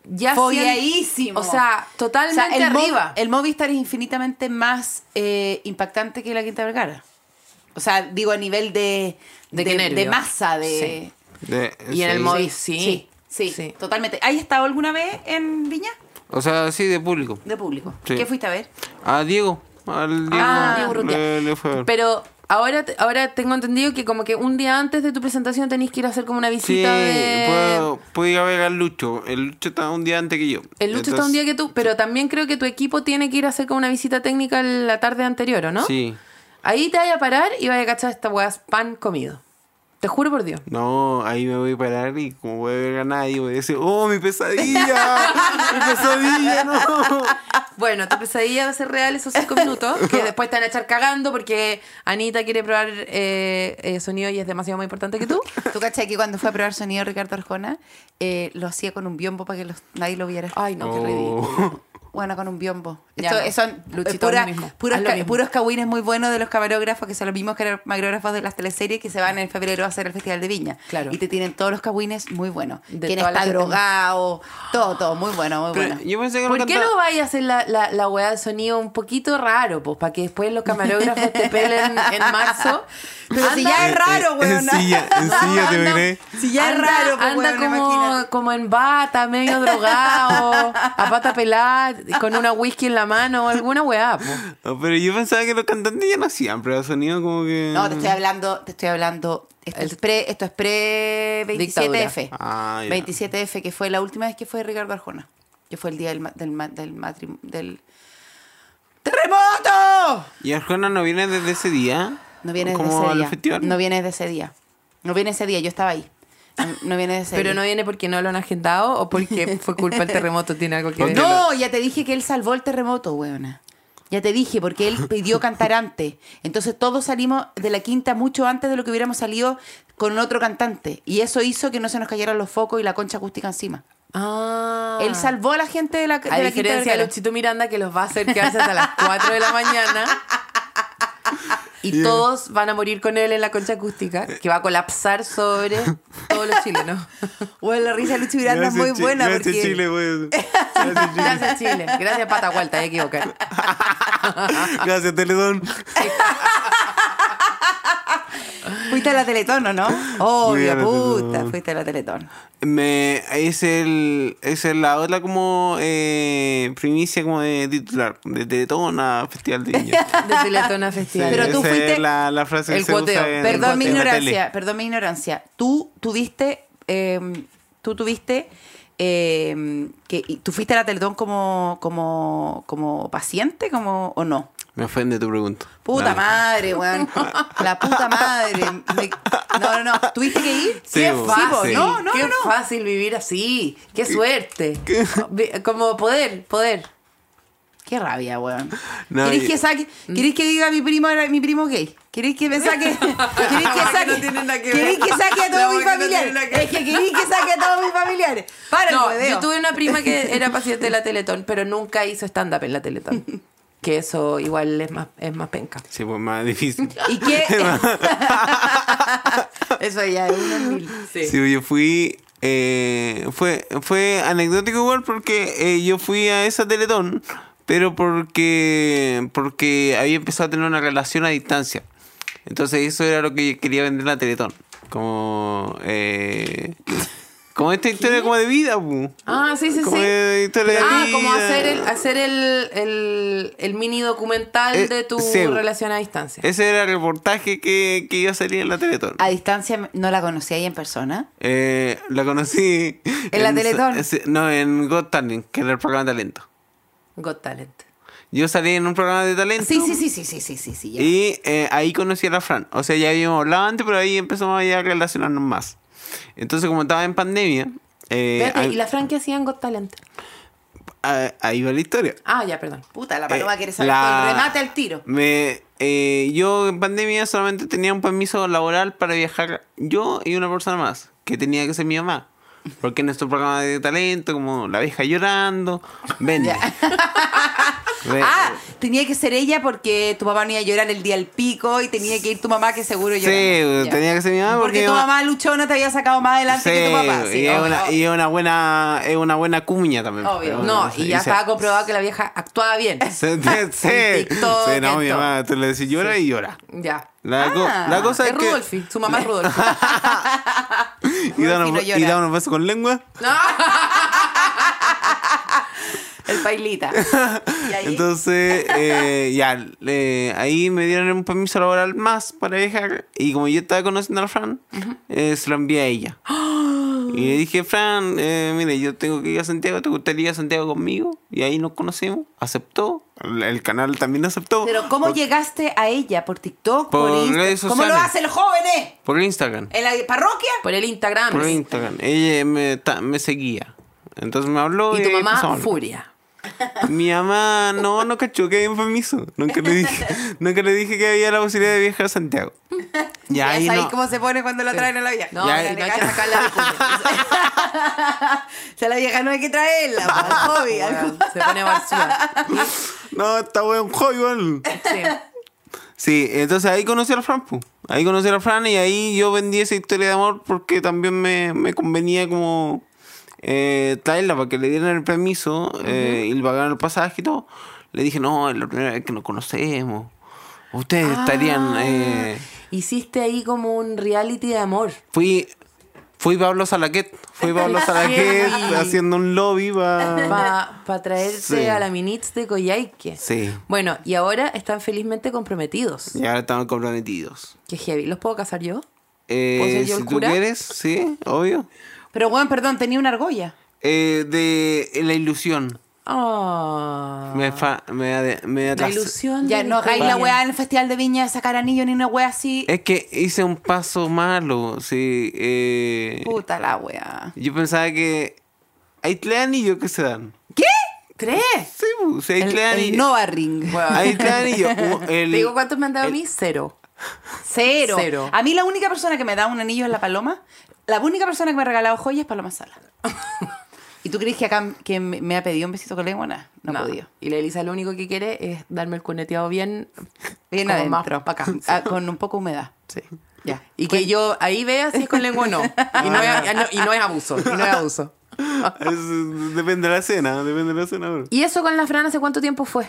B: ya
D: Folladísimo.
B: siendo- O sea,
D: O sea,
B: totalmente
D: el, Mov-
B: arriba.
D: el Movistar es infinitamente más eh, impactante que la Quinta Vergara. O sea, digo a nivel de,
B: De qué nervio.
D: de massa, de...
E: De-
B: Y en el
E: sí.
B: móvil.
D: Sí,
B: Ay, sí.
D: sí,
B: Sí.
D: totalmente. ¿Has estado alguna vez en Viña?
E: O sea, sí, de público.
D: De público.
E: Sí.
D: ¿Qué fuiste a ver?
E: A Diego. Al Diego,
B: Ah, Diego Urrutia.
E: le, le fue a ver.
B: Pero ahora, te- ahora tengo entendido que como que un día antes de tu presentación tenés que ir a hacer como una
E: Sí,
B: visita de...
E: puedo, puedo ir a ver al Lucho. El Lucho está un día antes que yo.
B: El Lucho está un día que tú, pero también creo que tu equipo tiene que ir a hacer como una visita técnica la tarde anterior, ¿o no?
E: Sí.
B: Ahí te vaya a parar y vaya a cachar esta weá pan comido. Te juro por Dios.
E: No, ahí me voy a parar y como voy a ver a nadie, voy a decir, oh, mi pesadilla, mi pesadilla, no.
B: Bueno, tu pesadilla va a ser real esos cinco minutos, que después te van a echar cagando porque Anita quiere probar eh, eh, sonido y es demasiado más importante que tú.
D: ¿Tú cachai que cuando fue a probar sonido Ricardo Arjona, eh, lo hacía con un biombo para que los- nadie lo viera?
B: Ay, no, qué
E: Oh.
B: ridículo.
D: Bueno, con un biombo.
B: Ya
D: Esto,
B: no.
D: Son
B: Luchito,
D: pura-
B: lo mismo.
D: puros,
B: Haz lo
D: ca-
B: mismo.
D: puros cagüines muy buenos de los camarógrafos, que son los mismos camarógrafos de las teleseries que se van en febrero a hacer el Festival de Viña.
B: Claro.
D: Y te tienen todos los cagüines muy buenos.
B: De
D: Quien
B: toda la
D: está
B: gente.
D: drogado, todo, todo, muy bueno, muy
E: Pero
D: bueno.
E: yo pensé que
B: ¿Por qué
E: cantaba-
B: no vayas a hacer la, la, la weá de sonido un poquito raro, pues, para que después los camarógrafos te pelen en marzo?
D: Pero si ya es raro,
E: Eh, En-
D: weón.
E: En silla, en silla te veré.
D: Si ya es raro, pues,
B: anda
D: weón,
B: como,
D: imagínate.
B: como en bata, medio drogado, a pata pelada, con una whisky en la mano o alguna weá. po.
E: No, pero yo pensaba que los cantantes ya no hacían pruebas de sonido como que...
D: No, te estoy hablando, te estoy hablando. Esto es pre, esto es pre 27F.
E: Dictadura. Ah, ya.
D: 27F, que fue la última vez que fue Ricardo Arjona. Que fue el día del ma- del ma- del, matrim- del ¡Terremoto!
E: ¿Y Arjona no viene desde ese día?
D: No viene desde
E: ¿Como
D: ese
E: al
D: día.
E: festival?
D: No viene desde ese día. No viene ese día, yo estaba ahí. No, no viene desde ese
B: Pero
D: día.
B: no viene porque no lo han agendado o porque fue culpa del terremoto, tiene algo que ver.
D: No, ya te dije que él salvó el terremoto, weona. Ya te dije, porque él pidió cantar antes. Entonces todos salimos de la quinta mucho antes de lo que hubiéramos salido con otro cantante. Y eso hizo que no se nos cayeran los focos y la concha acústica encima.
B: Ah.
D: Él salvó a la gente de la, de
B: A
D: la quinta
B: diferencia de
D: Vergara.
B: Luchito Miranda, que los va a hacer quedarse hasta las 4 de la mañana. y
E: Yeah.
B: todos van a morir con él en la concha acústica, que va a colapsar sobre todos los chilenos.
D: Bueno, la risa de Lucho Miranda es
E: Gracias,
D: muy
E: Chi-
D: buena
E: Gracias,
D: porque...
E: Chile, pues. güey. Gracias, Chile.
B: Gracias, Chile. Gracias, pata vuelta, te equivocar.
E: Gracias, Teledón.
D: Fuiste a la Teletón, ¿o no? Oh,
E: Fui a
D: la
E: la
D: puta,
E: Teletón.
D: fuiste a la Teletón.
E: Me, es el es el- la otra como eh, primicia como de titular de Teletón a Festival de Viña.
B: De Siletona Festival.
D: Pero
E: Sí,
D: tú
E: esa
D: fuiste-
E: es la, la frase que
B: El
E: se
B: cuoteo.
E: usa en-
D: Perdón mi
E: en la
D: ignorancia, perdón mi ignorancia. Tú tuviste, eh, tú tuviste, eh, que y tú fuiste a la Teletón como, como, como paciente, como o no.
E: tele. Me ofende tu pregunta.
D: Puta
E: Nada.
D: madre, weón. La puta madre. Me- No, no, no. ¿Tuviste que ir?
E: Sí,
B: Qué
E: bo,
B: fácil,
E: sí.
D: No, Oh, no,
B: qué
D: no.
B: fácil vivir así, qué suerte, Vi- como poder, poder.
D: Qué rabia, weón.
E: No,
D: ¿Queréis
E: y-
D: que saque? ¿Queréis que diga mi primo era mi primo gay? ¿Queréis que me saque? ¿Queréis que
B: No, que
D: saque?
B: no tiene nada que ver.
D: ¿Queréis que saque a
B: No,
D: todos mis
B: que no tiene
D: familiares?
B: nada que ver.
D: Es que queréis que saque a todos mis familiares. Para el
B: No,
D: hueveo.
B: yo tuve una prima que era paciente de la Teletón, pero nunca hizo stand up en la Teletón. Que eso igual es más es más penca.
E: Sí, pues más difícil.
D: ¿Y qué? Eso ya es una mil.
E: Sí, yo fui. eh, fue, fue anecdótico igual porque eh, yo fui a esa Teletón, pero porque, porque había empezado a tener una relación a distancia. Entonces, eso era lo que quería vender la Teletón. Como. eh, como esta historia como de vida, pu.
B: Ah, sí, sí,
E: Como
B: sí.
E: de historia de
B: ah, como
E: vida.
B: hacer el hacer el, el, el mini documental
E: Eh,
B: de tu
E: sí. Eh,
B: relación a distancia.
E: Ese era el reportaje que, que iba a salir en la Teletón.
D: A distancia no la conocí ahí en persona.
E: Eh, la conocí.
D: ¿En la Teletón?
E: sí, No, en Got Talent, que era el programa de talento.
B: Got
E: eh,
B: Talent.
E: Yo salí en un programa de talento.
D: Sí, sí, sí, sí, sí, sí, sí, sí. ya.
E: Y eh, ahí conocí a la Fran. O sea, ya habíamos hablado antes, pero ahí empezamos ya a relacionarnos más. Entonces, como estaba en pandemia, eh,
B: Espérate,
E: ahí,
B: ¿y la Fran qué hacía en Got Talent?
E: ah, ahí va la historia.
B: Ah, ya, perdón.
D: Puta, la paloma
E: Eh,
D: quiere saber
E: la-
D: todo el remate al tiro.
E: Me, eh, yo en pandemia solamente tenía un permiso laboral para viajar yo y una persona más, que tenía que ser mi mamá. Porque en estos programas de talento, como La vieja llorando, vende. Ve-
D: Ah, tenía que ser ella porque tu papá no iba a llorar el día al pico y tenía que ir tu mamá que seguro
E: sí,
D: lloraba. Ya.
E: tenía que ser mi mamá porque,
D: Porque tu
E: yo-
D: mamá luchona te había sacado más adelante que tu papá.
E: Sí,
D: sí,
E: y, es
D: obvio.
E: una, y es una buena es una buena cuña también.
D: Obvio.
E: Pero
B: No,
E: bueno,
B: y
E: sí,
B: ya
E: se-
B: estaba comprobado que la vieja actuaba bien.
E: se- se- se-
B: TikTok,
E: se- no, mi
B: esto.
E: mamá, tú le decís llora y llora.
B: Ya.
E: La, co-
D: Ah,
E: la cosa
B: Es
E: es que
B: Rudolfi, su mamá es Rudolfi.
E: y
D: Rudolfi
E: da,
D: no
E: unos, y
D: llora.
E: da unos besos con lengua.
D: El pailita. Y ahí-
E: Entonces, eh, ya, eh, ahí me dieron un permiso laboral más para viajar. Y como yo estaba conociendo a la Fran, eh, se lo envié a ella. Y le dije, Fran, eh, mire, yo tengo que ir a Santiago, ¿te gustaría ir a Santiago conmigo? Y ahí nos conocimos. Aceptó. El, el canal también aceptó.
D: Pero ¿cómo
E: Por-
D: llegaste a ella? ¿Por TikTok?
E: Por
D: ¿Por, Instagram?
E: redes
D: ¿Cómo lo
E: sociales.
D: hace el joven, eh?
E: Por Instagram.
D: ¿En la parroquia?
B: Por el Instagram.
E: Por Instagram. Ella me, ta- me seguía. Entonces me habló.
B: Y tu
E: ahí empezamos a
B: mamá,
E: hablar.
B: furia.
E: Mi mamá no, no cachó que había un permiso. Nunca le dije, nunca le dije que había la posibilidad de viajar a Santiago. Y
D: Ya
E: ahí
D: sabéis
E: no.
D: cómo se pone cuando la traen a la vieja.
B: No,
E: Ya,
B: ahora
E: y-
B: no hay que sacarla de cuña.
D: O sea, la vieja no hay que traerla, po, al hobby, al-
B: Weón, Se pone basura.
E: No, está buen juego.
B: Sí.
E: Sí, entonces ahí conocí a la Fran. pu. Ahí conocí a la Fran y ahí yo vendí esa historia de amor porque también me, me convenía como eh, traerla para que le dieran el permiso eh, y le pagaran el pasaje y todo. Le dije, no, es la primera vez que nos conocemos. Ustedes
B: Ah.
E: estarían... eh,
B: Hiciste ahí como un reality de amor.
E: Fui, fui Pablo Salaquet. Fui Pablo Salaquet
B: Sí.
E: haciendo un lobby para...
B: Para traerse
E: Sí.
B: a la Minitz de Coyhaique.
E: Sí.
B: Bueno, y ahora están felizmente comprometidos.
E: Y ahora estamos comprometidos.
B: Qué heavy. ¿Los puedo casar yo?
E: Eh,
B: ¿Puedo ser yo
E: si
B: el
E: tú
B: cura?
E: quieres, sí, obvio.
D: Pero, weón, perdón, tenía una argolla.
E: Eh, de eh, la ilusión.
B: Ah.
E: Me, fa- me, ade- me
B: la
E: atrasé.
B: ilusión.
D: Ya
B: de
D: no hagáis la
B: Coyhaique.
D: weá en el Festival de Viña de sacar anillo ni una weá así.
E: Es que hice un paso malo. Sí, eh,
D: Puta la weá.
E: yo pensaba que... Hay tres anillos que se dan.
B: ¿Tres?
E: Sí, bu, sí, hay
D: El,
E: tres
D: el
E: anillos.
D: Nova Ring.
E: Hay tres anillos. U- el-
B: ¿Te digo cuántos me han dado
E: el-
B: a mí? Cero.
D: Cero.
B: Cero.
D: A mí la única persona que me da un anillo es la Paloma. La única persona que me ha regalado joyas es Paloma Sala. ¿Y tú crees que acá que me me ha pedido un besito con lengua? Nah, no, he podido.
B: Y la Elisa lo único que quiere es darme el cuneteado bien
D: Bien
B: Como más
D: adentro.
B: pa' acá.
D: Ah, con un poco de humedad.
B: Sí.
D: Ya.
B: Y que yo ahí vea si es con lengua o no. Y
E: Ah.
B: no es, no- y no es abuso. Y no es abuso.
E: Es- depende de la escena, depende de la escena. bro.
B: ¿Y eso con la Fran hace cuánto tiempo fue?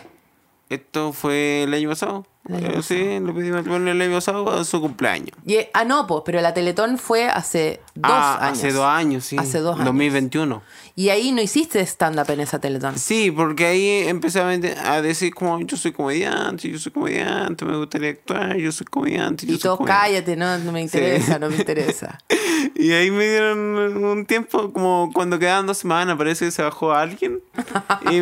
E: Esto fue el año pasado.
B: El año
E: Eh, Sí, lo pedí matrimonio el año pasado a su cumpleaños.
B: Y, ah, no, pues, pero la Teletón fue hace dos
E: Ah,
B: años.
E: Hace dos años, sí.
B: Hace dos años.
E: 2021.
B: Y ahí no hiciste stand-up en esa Teletón.
E: Sí, porque ahí empecé a, vende- a decir como yo soy comediante, yo soy comediante, me gustaría actuar, yo soy comediante, yo
B: Y
E: soy
B: todos,
E: comediante.
B: cállate, no, no me interesa, no me interesa.
E: Y ahí me dieron un tiempo, como cuando quedaban dos semanas, parece que se bajó alguien. Y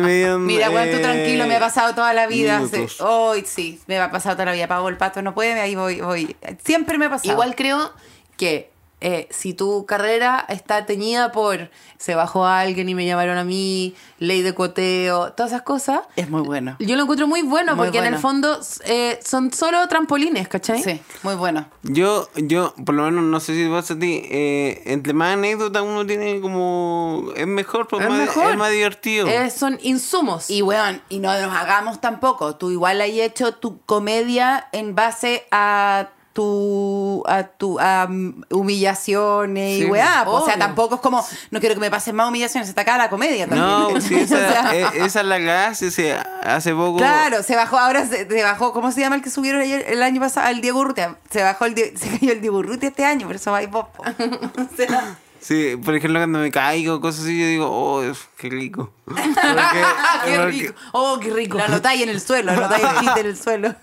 E: me dieron.
D: Mira, bueno, tú
E: eh,
D: tranquilo, me ha pasado toda la vida. Oh. Hoy
E: minutos.
D: sí, me ha pasado toda la vida. Pavo el pato no puede, ahí voy, voy. Siempre me ha pasado.
B: Igual creo que eh, si tu carrera está teñida por se bajó alguien y me llamaron a mí, ley de cuoteo, todas esas cosas,
D: es muy bueno.
B: yo lo encuentro muy bueno
D: Muy
B: porque en
D: bueno.
B: el fondo eh, son solo trampolines, ¿cachai?
D: Sí, muy bueno.
E: Yo, yo, por lo menos, no sé si te pasa a ti, eh, entre más anécdotas uno tiene como. Es mejor, pues,
B: Es
E: más,
B: mejor.
E: es más divertido.
B: Eh, son insumos.
D: Y weón, y no nos hagamos tampoco. Tú igual has hecho tu comedia en base a tu a tu a, mm, humillaciones
E: Sí,
D: y weá. po. O sea,
B: obvio.
D: tampoco es como, no quiero que me pasen más humillaciones, se te acaba la comedia también.
E: No, sí,
D: O
E: esa,
D: sea,
E: e- esa es la gracia. se- hace poco.
D: Claro, se bajó, ahora se, se bajó, ¿cómo se llama el que subieron ayer- el año pasado? El Diego Urrutia. Se bajó el, Di- se cayó el Diego Urrutia este año, pero eso va y vos, po.
E: Eh.
D: O sea,
E: Sí, por ejemplo, cuando me caigo, cosas así, yo digo, oh, es- qué rico. Porque-
D: qué
E: porque-
D: rico. Oh, qué rico. Lo anotáis en el suelo, lo anotáis el chiste en el suelo.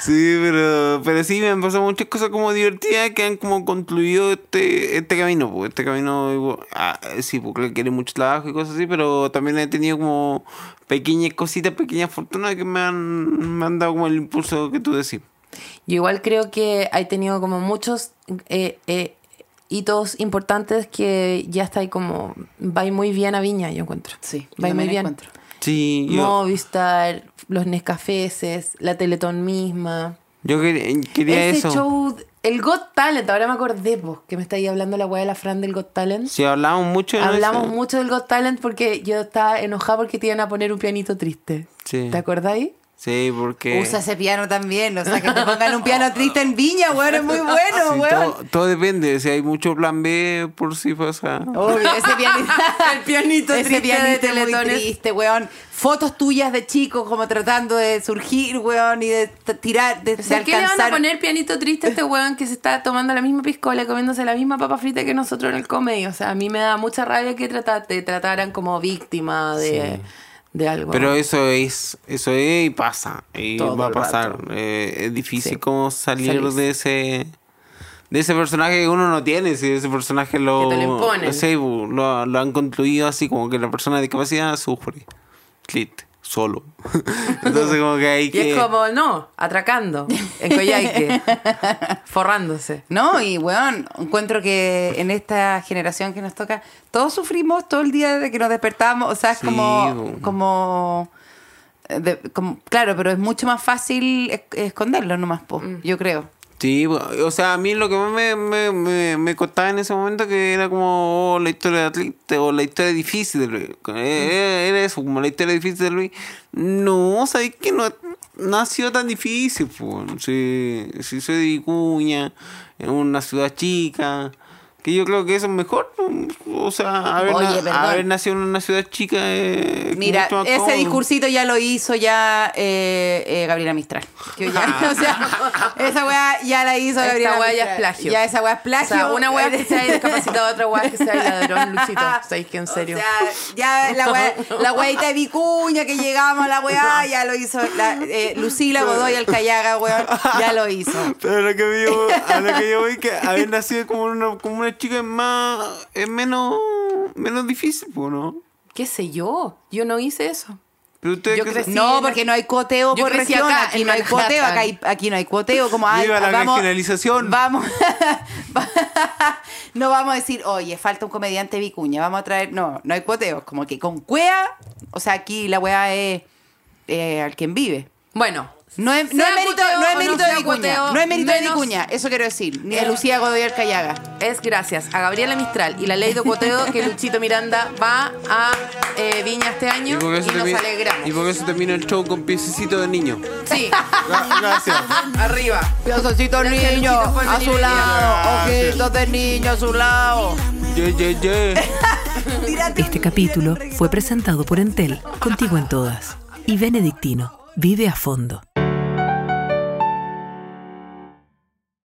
E: Sí, pero, pero sí, me han pasado muchas cosas como divertidas que han como concluido este, este camino. Pues, este camino, igual- ah, sí, porque requiere mucho trabajo y cosas así, pero también he tenido como pequeñas cositas, pequeñas fortunas que me han, me han dado como el impulso que tú decís.
B: Yo igual creo que hay tenido como muchos eh, eh, hitos importantes que ya está ahí como, va muy bien a Viña, yo encuentro.
D: Sí, yo
B: va muy
D: también
B: bien.
D: encuentro.
E: Sí, yo,
B: Movistar, los Nescafeses, la Teletón misma.
E: yo quer- quería
B: Ese
E: eso.
B: show, el Got Talent, ahora me acordé, vos, que me está ahí hablando la weá de la Fran del Got Talent.
E: Si hablamos mucho de
B: Hablamos
E: eso.
B: mucho del Got Talent porque yo estaba enojada porque te iban a poner un pianito triste.
E: Sí.
B: ¿Te acordáis?
E: Sí, porque...
D: Usa ese piano también, o sea, que te pongan un piano triste en Viña, weón, es muy
E: Ah, Sí,
D: bueno, weón.
E: todo, todo depende, si hay mucho plan B por si pasa.
B: Oh,
D: Obvio, ese pianito,
B: El pianito
D: ese
B: triste de
D: pianito es muy
B: Teletón es-
D: triste, weón. Fotos tuyas de chicos como tratando de surgir, weón, y de t- tirar, de,
B: O sea,
D: de
B: ¿qué le van a
D: alcanzar.
B: poner pianito triste a este weón que se está tomando la misma piscola, comiéndose la misma papa frita que nosotros en el comedy? O sea, a mí me da mucha rabia que trata- te trataran como víctima de, de algo.
E: Pero eso es, eso es y pasa, y
B: Todo
E: va a
B: el
E: pasar.
B: rato.
E: Eh, es difícil
B: Sí.
E: como salir
B: Salirse.
E: de ese de ese personaje que uno no tiene, si ese personaje lo
B: Que te lo imponen.
E: sí, bu, lo, lo han construido así como que la persona de discapacidad sufre. Clit, solo. Entonces como que hay
B: y
E: que
B: es como, no, atracando, en Coyhaique, forrándose.
D: No, y weón, encuentro que en esta generación que nos toca, todos sufrimos todo el día de que nos despertamos. O sea, es
E: Sí,
D: como,
E: weón.
D: como, eh, de- como- Claro, pero es mucho más fácil es- esconderlo nomás, po,
B: Mm.
D: yo creo.
E: Sí, bu- o sea, a mí lo que más me, me, me, me costaba en ese momento que era como oh, la historia de Atlante o la historia difícil de Luis.
D: Mm.
E: Eh, Era eso, como la historia difícil de Luis. No, sabéis que no, no ha sido tan difícil. po. Si, si soy de Vicuña, en una ciudad chica, que yo creo que eso es mejor. po. O sea, haber,
D: Oye,
E: na-
D: perdón.
E: haber nacido en una ciudad chica es
D: Mira,
E: mucho más
D: ese
E: cómodo.
D: discursito ya lo hizo ya eh, eh, Gabriela Mistral. Que ya- o sea, esa weá ya la hizo
B: Esta
D: Gabriela
B: weá ya
D: Mistral.
B: es plagio.
D: Ya esa weá es
B: O
D: plagio.
B: sea, una weá que sea discapacitada, otra weá que sea ladrón, Luchito. ¿Sabéis que en serio?
D: O sea, ya la, weá, la weita de Vicuña que llegamos a la weá, ya lo hizo la, eh, Lucila Godoy Alcayaga, weón, ya lo hizo.
E: Pero lo que veo, a lo que yo voy que haber nacido como una, como una chica es más es menos menos difícil, pues, ¿no?
B: ¿Qué sé yo? Yo no hice eso.
E: Pero ustedes
B: Yo
E: que
B: crecí-
D: No, porque no hay cuoteo
B: Yo
D: por
B: crecí
D: región.
B: acá,
D: aquí
B: en
D: no hay
B: Manhattan.
D: cuoteo, acá hay- aquí no hay cuoteo. Como hay,
E: Viva la
D: vamos,
E: regionalización.
D: Vamos. no vamos a decir, oye, falta un comediante vicuña, vamos a traer. No, no hay cuoteo. Como que con cuea, o sea, aquí la weá es eh, al quien vive.
B: Bueno.
D: No es, no
B: Sea
D: es mérito,
B: cuoteo
D: no es es
B: o
D: mérito
B: sea
D: de Vicuña.
B: puteo,
D: No es mérito de
B: menos-
D: Vicuña, eso quiero decir. Ni de Lucía Godoy Arcayaga.
B: Es gracias a Gabriela Mistral y la ley de cuoteo que Luchito Miranda va a eh, Viña este año y, nos
E: termina,
B: alegramos.
E: y por eso termina el show con piececito de niño.
B: Sí,
E: Gra- Gracias.
B: arriba.
D: Piosocitos
B: Gracias,
D: niños Ah,
B: Luchito, por
D: a
B: venir
D: su
B: hoy día.
D: lado,
E: Gracias.
D: ojitos de niño a su lado.
E: Yeah, yeah, yeah.
A: Este capítulo fue presentado por Entel, contigo en todas, y Benedictino, vive a fondo.